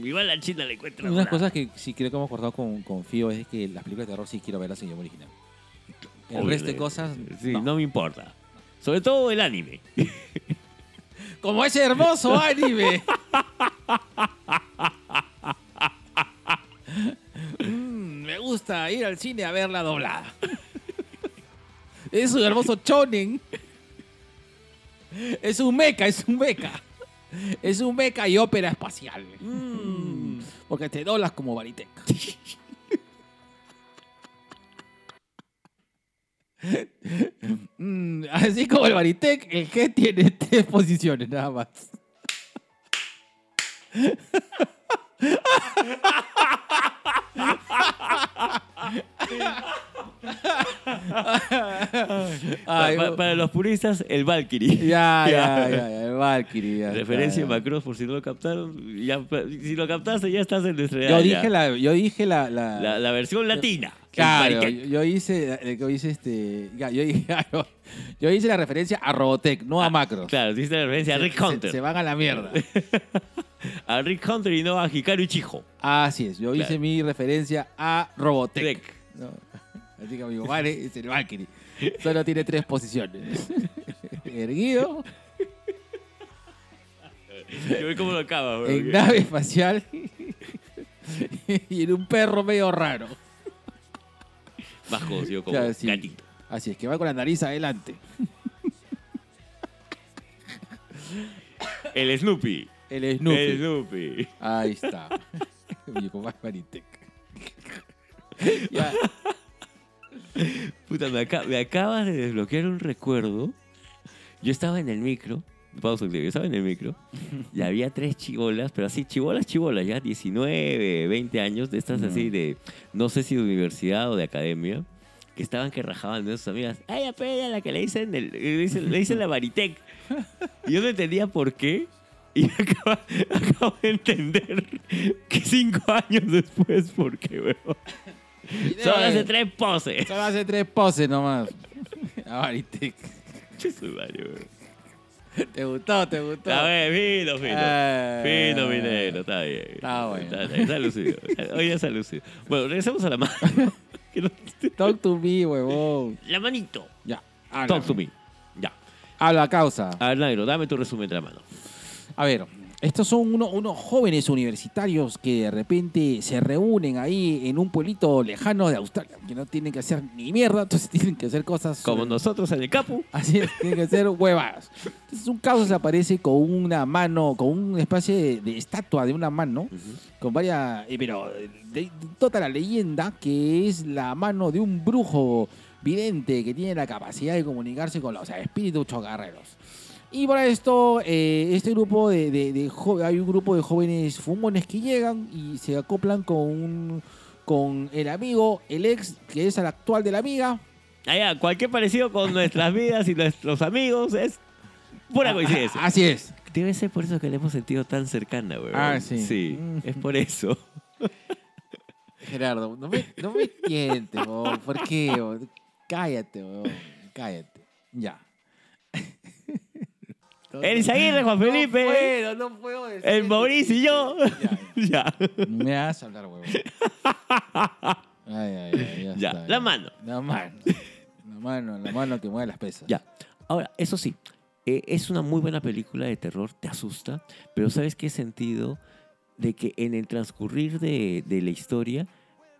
S3: mm, igual la china le encuentra.
S2: Una de las
S3: doblada.
S2: cosas que sí creo que hemos acordado con, con Fío es que las películas de terror sí quiero verlas en idioma original. El resto de
S3: Obviamente.
S2: cosas.
S3: eh, Sí,
S2: no.
S3: no. me importa. Sobre todo el anime.
S2: Como ese hermoso anime. Mm, me gusta ir al cine a verla doblada. Es un hermoso chonen. Es un meca, es un meca. Es un meca y ópera espacial. Mm, porque te doblas como Baritec. Mm, así como el Baritec, el G tiene tres posiciones nada más. Ay,
S3: Pa- pa- para los puristas, el Valkyrie.
S2: ya, ya, ya, ya, el Valkyrie. ya está,
S3: Referencia
S2: ya.
S3: en Macross, por si no lo captaron. Ya, pa- si lo captaste, ya estás en nuestra
S2: Yo
S3: edad,
S2: dije
S3: ya.
S2: la, yo dije la, la-
S3: La- la versión latina.
S2: claro, yo,
S3: El
S2: yo hice, eh, yo hice este, ya, yo, dije- claro, yo hice la referencia a Robotech, no a Macro.
S3: Ah, Claro, hiciste la referencia a Rick
S2: Se-
S3: Hunter.
S2: Se, van a la mierda.
S3: A Rick Hunter y no a Hikaru Ichijo.
S2: Así es, yo
S3: Claro.
S2: hice mi referencia a Robotech.
S3: Trek.
S2: No. Así que amigo, vale, es el Valkyrie. Solo tiene tres posiciones. Erguido,
S3: Yo vi cómo lo acaba, bro.
S2: en nave espacial y en un perro medio raro.
S3: Más conocido como
S2: Claro, sí.
S3: gatito.
S2: Así es, que va con la nariz adelante.
S3: El Snoopy.
S2: El Snoopy.
S3: El Snoopy.
S2: Ahí está. Mi papá es Manitec. Ya,
S3: Puta, me, aca- me acabas de desbloquear un recuerdo. Yo estaba en el micro, pausa, yo estaba en el micro, y había tres chibolas, pero así, chibolas, chibolas, ya 19, 20 años, de estas así de, no sé si de universidad o de academia, que estaban que rajaban de sus amigas. ¡Ay, apenas la que le dicen, el- le dicen, le dicen la Baritec! Y yo no entendía por qué. Y acaba- acabo de entender que cinco años después, ¿por qué, weón? Solo hace tres poses.
S2: eh, Solo hace tres poses nomás. Avarite.
S3: Chisumario, güey.
S2: ¿Te gustó? ¿Te gustó?
S3: Está bien, fino, fino.
S2: Eh.
S3: Fino, mi negro, está bien.
S2: Está bueno.
S3: Está, está, está lucido. Hoy ya está lucido. Bueno, regresemos a la mano. Que no-
S2: Talk to me, huevón.
S3: la manito.
S2: Ya. habla.
S3: Talk to me. Ya.
S2: Habla causa.
S3: A ver, negro, dame tu resumen de la mano.
S2: A ver, estos son uno- unos jóvenes universitarios que de repente se reúnen ahí en un pueblito lejano de Australia, que no tienen que hacer ni mierda, entonces tienen que hacer cosas...
S3: Como nosotros en el Capu.
S2: Así es, tienen que hacer huevadas. Entonces un caos aparece con una mano, con una especie de, de estatua de una mano, con varias... eh, pero eh, de- toda la leyenda que es la mano de un brujo vidente que tiene la capacidad de comunicarse con los espíritus chocarreros. Y para esto, eh, este grupo de, de- de jo- hay un grupo de jóvenes fumones que llegan y se acoplan con un- con el amigo, el ex, que es el actual de la amiga,
S3: Allá, cualquier parecido con nuestras vidas y nuestros amigos es pura
S2: Ah,
S3: coincidencia.
S2: Así es.
S3: Debe ser por eso que le hemos sentido tan cercana, güey.
S2: Ah, sí.
S3: Sí,
S2: Mm.
S3: es por eso.
S2: Gerardo, no me, no me tientes, bo, ¿por qué? bo? Cállate, bo, cállate. Ya.
S3: Elis Aguirre, Juan Felipe.
S2: No puedo, no puedo decir.
S3: El Mauricio y yo.
S2: Ya,
S3: Ya.
S2: ya. Me vas a hablar, huevo. Ay, ay, ay, ya,
S3: Ya,
S2: está,
S3: la mano.
S2: La mano. La mano, la mano que mueve las pesas.
S3: Ya. Ahora, eso sí, eh, es una muy buena película de terror, te asusta, pero ¿sabes qué sentido? De que en el transcurrir de, de la historia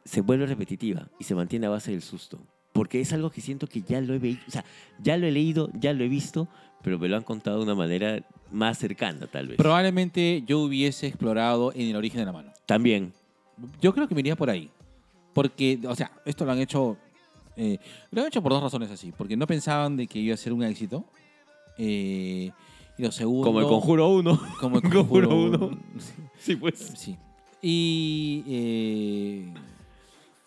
S3: se vuelve repetitiva y se mantiene a base del susto. Porque es algo que siento que ya lo he veído, o sea, ya lo he leído, ya lo he visto, pero me lo han contado de una manera más cercana, tal vez.
S2: Probablemente yo hubiese explorado en el origen de la mano.
S3: También.
S2: Yo creo que me iría por ahí. Porque, o sea, esto lo han hecho. eh, lo han hecho por dos razones así. Porque no pensaban de que iba a ser un éxito. eh, y lo segundo.
S3: Como el Conjuro 1.
S2: Como el
S3: Conjuro
S2: Conjuro
S3: 1. Sí, pues.
S2: Sí. Y. eh,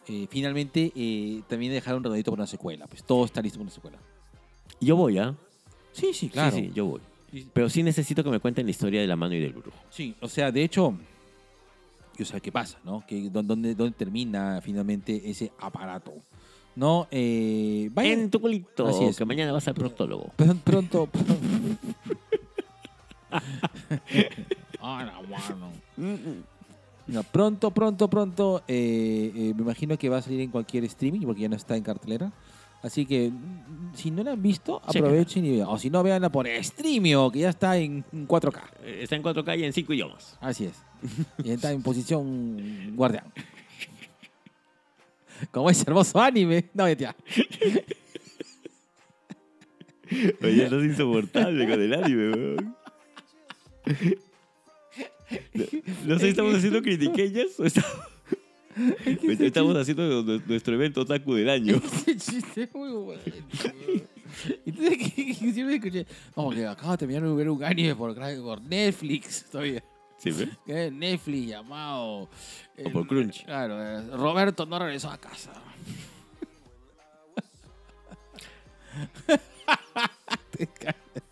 S2: eh, finalmente, eh, también dejaron redondito para una secuela. Pues todo está listo para una secuela.
S3: Yo voy, ¿ah?
S2: Sí, sí,
S3: Sí,
S2: Sí,
S3: sí, yo voy. Pero sí necesito que me cuenten la historia de la mano y del brujo.
S2: o sea, de hecho. Y, o sea, ¿qué pasa, no? Que, dó- ¿dónde, ¿Dónde termina finalmente ese aparato? No, eh, vayan-
S3: En tu culito,
S2: Así es.
S3: que mañana vas al proctólogo.
S2: Pr- pronto. Ahora, bueno.
S3: Eh,
S2: No, pronto, pronto, pronto. eh, eh, me imagino que va a salir en cualquier streaming porque ya no está en cartelera. Así que mm, si no la han visto,
S3: Chécala.
S2: aprovechen y vean. O si no, veanla por streamio, que ya está en 4K.
S3: Eh, Está en 4K y en 5 idiomas.
S2: Así es. Y está en posición guardián. Como ese hermoso anime. No, ya.
S3: Oye, estás insoportable con el anime, weón. No, no sé, ¿estamos haciendo critiqueñas o estamos, estamos haciendo nu- nuestro evento otaku del año?
S2: Ese chiste es muy bueno. weón. Entonces, que, que siempre escuché, no, que acabo de terminar de ver un anime por, por Netflix todavía.
S3: Sí, ¿ve?
S2: Que es Netflix llamado. eh,
S3: por Crunch.
S2: Claro, eh, Roberto no regresó a casa.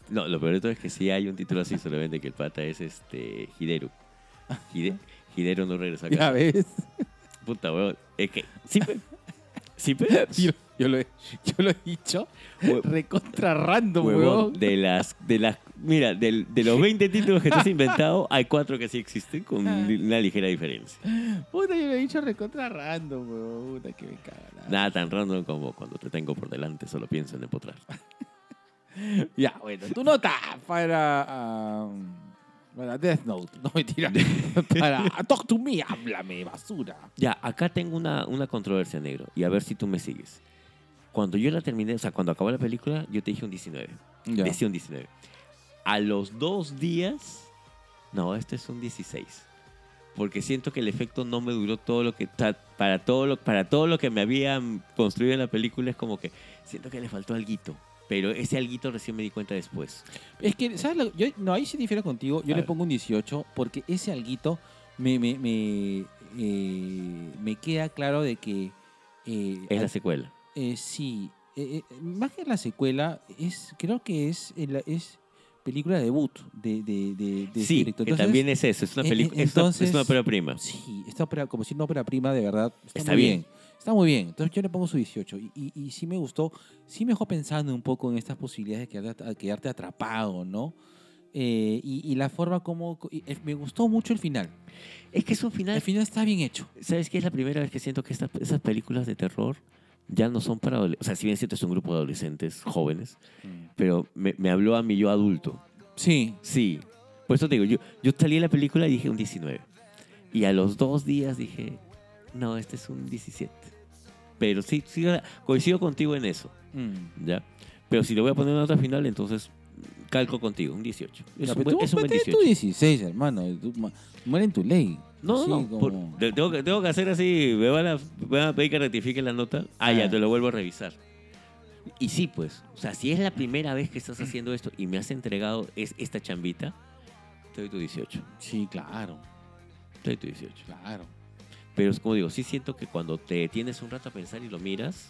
S3: No, lo peor de todo es que sí hay un título así, solamente que el pata es este Hideru. Hide- Hideru no regresa a
S2: Ya
S3: casa.
S2: ves.
S3: Puta, weón. Es que, sí, pe. Sí, pe.
S2: Yo, yo lo, he, yo lo he dicho.
S3: Hue-
S2: Recontra random,
S3: Huevón,
S2: weón.
S3: de las, de las, mira, del- de, los 20 títulos que te has inventado, hay cuatro que sí existen con li- una ligera diferencia.
S2: Puta, yo lo he dicho recontra random, weón. Puta, que me caga. la-
S3: Nada tan random como cuando te tengo por delante, solo pienso en empotrar.
S2: Ya, bueno, tu nota para. am, para Death Note, no mentira. para Talk to Me, háblame, basura.
S3: Ya, acá tengo una, una controversia, negro, y a ver si tú me sigues. Cuando yo la terminé, o sea, cuando acabó la película, yo te dije un 19. Decía un 19. A los dos días, no, este es un 16. Porque siento que el efecto no me duró todo lo que ta- para todo lo para todo lo que me habían construido en la película es como que siento que le faltó alguito, pero ese alguito recién me di cuenta después.
S2: Es que, ¿sabes? lo- yo, no, ahí sí difiero contigo. Yo
S3: A
S2: le
S3: ver.
S2: pongo un 18 porque ese alguito me, me, me, eh, me queda claro de que. eh,
S3: Es la
S2: al-
S3: secuela.
S2: eh, sí, eh, eh, más que la secuela, es creo que es, el- es película debut de, de, de, de este
S3: sí,
S2: director.
S3: que
S2: Entonces,
S3: también es eso, es una
S2: eh, eh,
S3: película, es una- es
S2: entonces-
S3: una ópera prima.
S2: Sí, esta ópera, como si una ópera prima de verdad. Está,
S3: Está
S2: muy
S3: bien.
S2: Está, Está muy bien. Entonces yo le pongo su 18. Y, y, y sí me gustó, sí me dejó pensando un poco en estas posibilidades de quedarte, a- quedarte atrapado, ¿no? Eh, y, y la forma como... y, eh, me gustó mucho el final.
S3: Es que es un final.
S2: El final está bien hecho.
S3: ¿Sabes qué? Es la primera vez que siento que estas, esas películas de terror ya no son para adolescentes. O sea, si bien siento es un grupo de adolescentes jóvenes, pero me, me habló a mí yo adulto.
S2: Sí.
S3: Sí. Por eso te digo, yo, yo salí de la película y dije un 19. Y a los dos días dije, no, este es un 17. Pero sí, sí, coincido contigo en eso,
S2: Mm.
S3: ¿ya? Pero si le voy a poner una nota final, entonces calco contigo, un 18. Es
S2: Ya,
S3: un
S2: pero
S3: buen,
S2: tú
S3: es un buen
S2: mete
S3: 18.
S2: tu 16, hermano. Tú, ma- muere en tu ley.
S3: No,
S2: Así
S3: no, no.
S2: como-
S3: por- te- tengo, que, tengo que hacer así. Me van, a, me van a pedir que rectifique la nota. Ah,
S2: Ah.
S3: ya, te lo vuelvo a revisar. Y sí, pues. O sea, si es la primera vez que estás haciendo esto y me has entregado es esta chambita, te doy tu 18.
S2: Sí, claro,
S3: Te doy tu 18.
S2: claro.
S3: Pero es como digo, sí siento que cuando te detienes un rato a pensar y lo miras,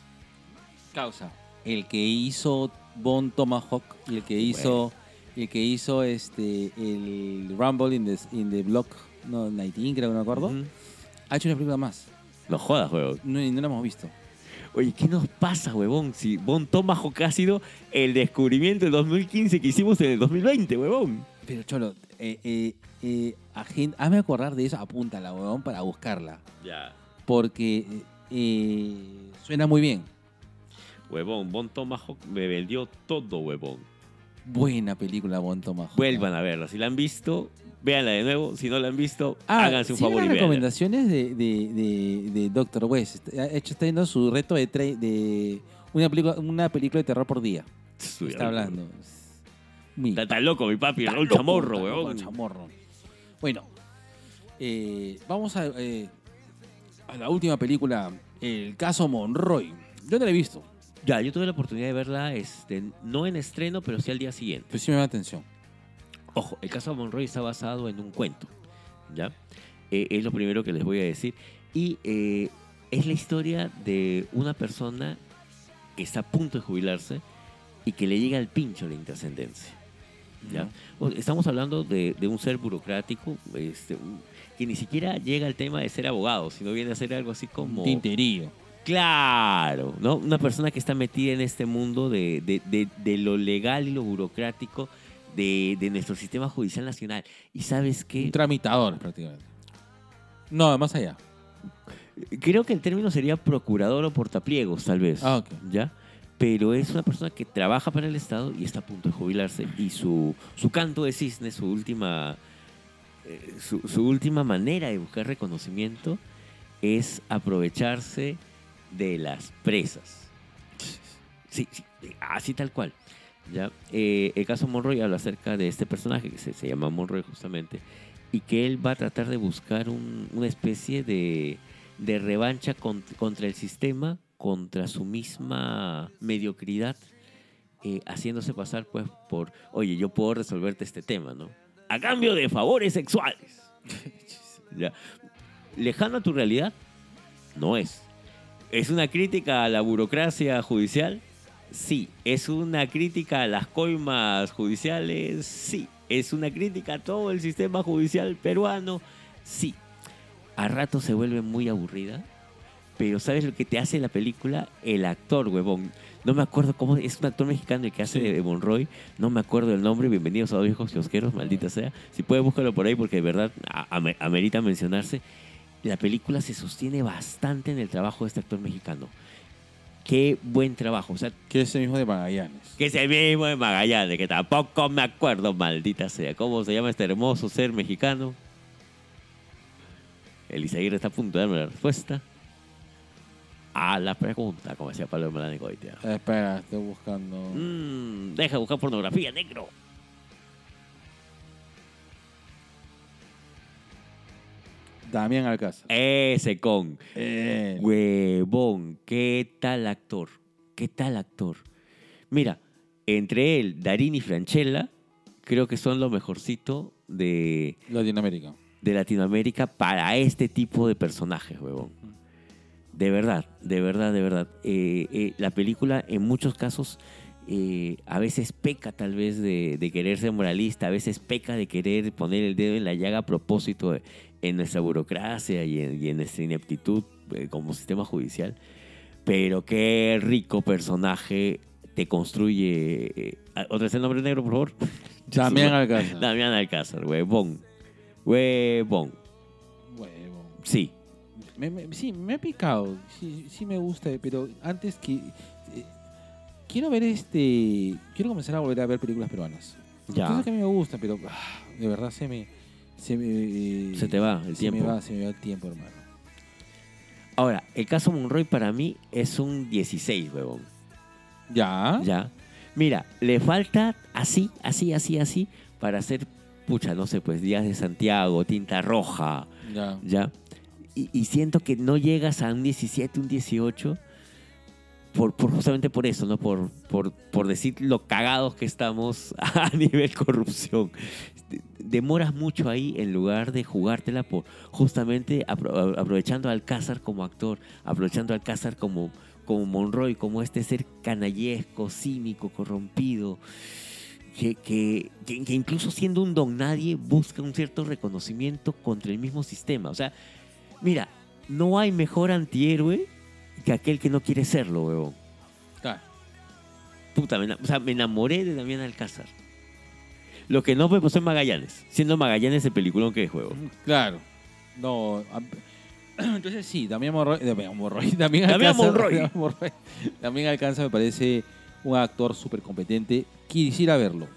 S2: Causa. El que hizo Bon Tomahawk y el que hizo... y El que hizo este, el Rumble in the, in the Block no, 19, creo que no me acuerdo.
S3: ujú,
S2: Ha hecho una película más.
S3: no jodas, huevón.
S2: No, no la hemos visto.
S3: Oye, ¿qué nos pasa, huevón? Si Bon Tomahawk ha sido el descubrimiento del 2015 que hicimos en el 2020, huevón.
S2: Pero Cholo, eh, eh, eh, agen- hazme acordar de eso, apúntala, huevón, para buscarla.
S3: Ya.
S2: Porque eh, suena muy bien.
S3: Huevón, Bon Tomahawk me vendió todo, huevón.
S2: Buena película, Bon Tomahawk.
S3: Vuelvan a verla. Si la han visto, véanla de nuevo. Si no la han visto,
S2: Ah,
S3: háganse un
S2: sigue
S3: favor y
S2: las
S3: véanla.
S2: recomendaciones de, de, de, de Dr. West. Está- Ha hecho, está yendo su reto de, tre- de una, película, una película de terror por día.
S3: Estoy
S2: está
S3: loco.
S2: hablando. Muy-
S3: Está tan loco, mi papi.
S2: está
S3: Raúl
S2: loco,
S3: Chamorro,
S2: está loco,
S3: huevón.
S2: chamorro. Bueno, eh, vamos a, eh, a la última película, El caso Monroy. Yo no la he visto,
S3: Ya, yo tuve la oportunidad de verla, este, no en estreno, pero sí al día siguiente.
S2: pero Pues sí me llama la atención.
S3: Ojo, el caso de Monroy está basado en un cuento, ¿ya? Eh, es lo primero que les voy a decir. Y eh, es la historia de una persona que está a punto de jubilarse y que le llega al pincho la intrascendencia. ¿ya? O- Estamos hablando de, de un ser burocrático este, un- que ni siquiera llega al tema de ser abogado, sino viene a ser algo así como...
S2: Tinterío.
S3: Claro, ¿no? Una persona que está metida en este mundo de, de- de- de lo legal y lo burocrático de, de nuestro sistema judicial nacional. Y sabes
S2: Un
S3: qué?
S2: tramitador, prácticamente. No, más allá.
S3: Creo que el término sería procurador o portapliegos, tal vez.
S2: Ah, ok.
S3: ¿Ya? Pero es una persona que trabaja para el Estado y está a punto de jubilarse. Y su, su canto de cisne, su última, eh, su, su última manera de buscar reconocimiento es aprovecharse de las presas. Sí, sí, así tal cual. ¿ya? Eh, el caso Monroy habla acerca de este personaje que se, se llama Monroy justamente y que él va a tratar de buscar un- una especie de, de revancha con- contra el sistema, contra su misma mediocridad, eh, haciéndose pasar pues por, oye, yo puedo resolverte este tema, ¿no? A cambio de favores sexuales. Ya. Lejano a tu realidad, no es. ¿Es una crítica a la burocracia judicial? Sí. ¿Es una crítica a las coimas judiciales? Sí. ¿Es una crítica a todo el sistema judicial peruano? Sí. A rato se vuelve muy aburrida, pero ¿sabes lo que te hace la película? El actor, huevón. No me acuerdo cómo es un actor mexicano el que hace
S2: Sí.
S3: de Monroy. No me acuerdo el nombre. Bienvenidos a dos viejos kiosqueros, maldita sea. Si puedes, búscalo por ahí porque de verdad a- ame- amerita mencionarse la película se sostiene bastante en el trabajo de este actor mexicano. Qué buen trabajo. O sea,
S2: Que es el mismo de Magallanes.
S3: que es el mismo de Magallanes, que tampoco me acuerdo, maldita sea. ¿Cómo se llama este hermoso ser mexicano? Elisaguirre está a punto de darme la respuesta a la pregunta, como decía Pablo Melani Goitia.
S2: Eh, espera, estoy buscando.
S3: Mm, deja de buscar pornografía, negro.
S2: Damián Alcázar.
S3: Ese con.
S2: Eh,
S3: Huevón, qué tal actor, qué tal actor. Mira, entre él, Darín y Franchella, creo que son lo mejorcito de,
S2: Latinoamérica.
S3: de Latinoamérica para este tipo de personajes, huevón. De verdad, de verdad, de verdad. Eh, eh, la película en muchos casos eh, a veces peca tal vez de, de querer ser moralista, a veces peca de querer poner el dedo en la llaga a propósito de- en nuestra burocracia y en, y en nuestra ineptitud eh, como sistema judicial. Pero qué rico personaje te construye. eh, ¿Otra vez el nombre negro, por favor?
S4: Damián Alcázar.
S3: Damián Alcázar, huevón. Huevón.
S4: Huevo.
S3: Sí.
S4: Me- me- sí, me ha picado. Sí, sí me gusta, pero antes que. eh, quiero ver este. Quiero comenzar a volver a ver películas peruanas.
S3: Ya.
S4: Cosas que a mí me gustan, pero. ah, de verdad se me. Se, me, eh,
S3: Se te va el
S4: se me
S3: tiempo.
S4: va, se me va el tiempo, hermano.
S3: Ahora, el caso Monroy para mí es un 16, huevón.
S4: Ya.
S3: Ya. Mira, le falta así, así, así, así para hacer, pucha, no sé, pues Días de Santiago, Tinta Roja,
S4: Ya.
S3: ¿ya? Y, y siento que no llegas a un 17, un 18, por, por- justamente por eso, ¿no? Por, por, por decir lo cagados que estamos a nivel corrupción. De- Demoras mucho ahí en lugar de jugártela por justamente apro- aprovechando a Alcázar como actor, aprovechando a Alcázar como, como Monroy, como este ser canallesco, cínico, corrompido, que, que- que- que incluso siendo un don nadie busca un cierto reconocimiento contra el mismo sistema. O sea, mira, no hay mejor antihéroe que aquel que no quiere serlo, huevón.
S4: Claro.
S3: Puta, me, ena- o sea, me enamoré de Damián Alcázar. Lo que no me pasó en Magallanes, siendo Magallanes el peliculón que es, huevón.
S4: Mm, Claro. No. a- Entonces sí, Damián Monroy. Damián Monroy. Damián
S3: Damián
S4: Alcázar-
S3: Monroy.
S4: Damián Monroy. Damián Alcanza me parece un actor súper competente. Quisiera verlo.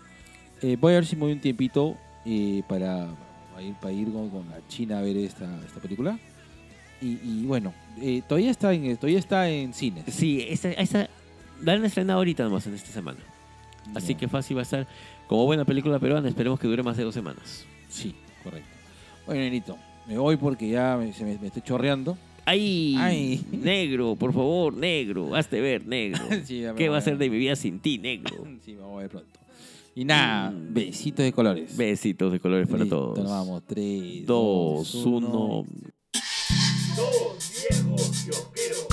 S4: Eh, voy a ver si me doy un tiempito eh, para, para ir, para ir con, con la China a ver esta, esta película. Y, y bueno, eh, todavía está en todavía está en cines.
S3: Sí, esa, esa, la han estrenado ahorita nomás en esta semana. Así
S4: Ya.
S3: que fácil va a estar como buena película peruana. Esperemos que dure más de dos semanas.
S4: Sí, correcto. Bueno, Nenito, me voy porque ya me, se me, me estoy chorreando.
S3: ¡Ay!
S4: Ay.
S3: Negro, por favor, negro. Hazte ver, negro.
S4: Sí, ya me
S3: ¿Qué
S4: voy
S3: va a ser de
S4: ver.
S3: mi vida sin ti, negro?
S4: Sí, vamos a ver pronto. Y nada,
S3: Mm.
S4: besitos de colores.
S3: Besitos de colores para
S4: Listo,
S3: todos.
S4: Nos vamos. Tres,
S3: Dos,
S4: uno.
S3: uno.
S8: Dos viejos piojeros.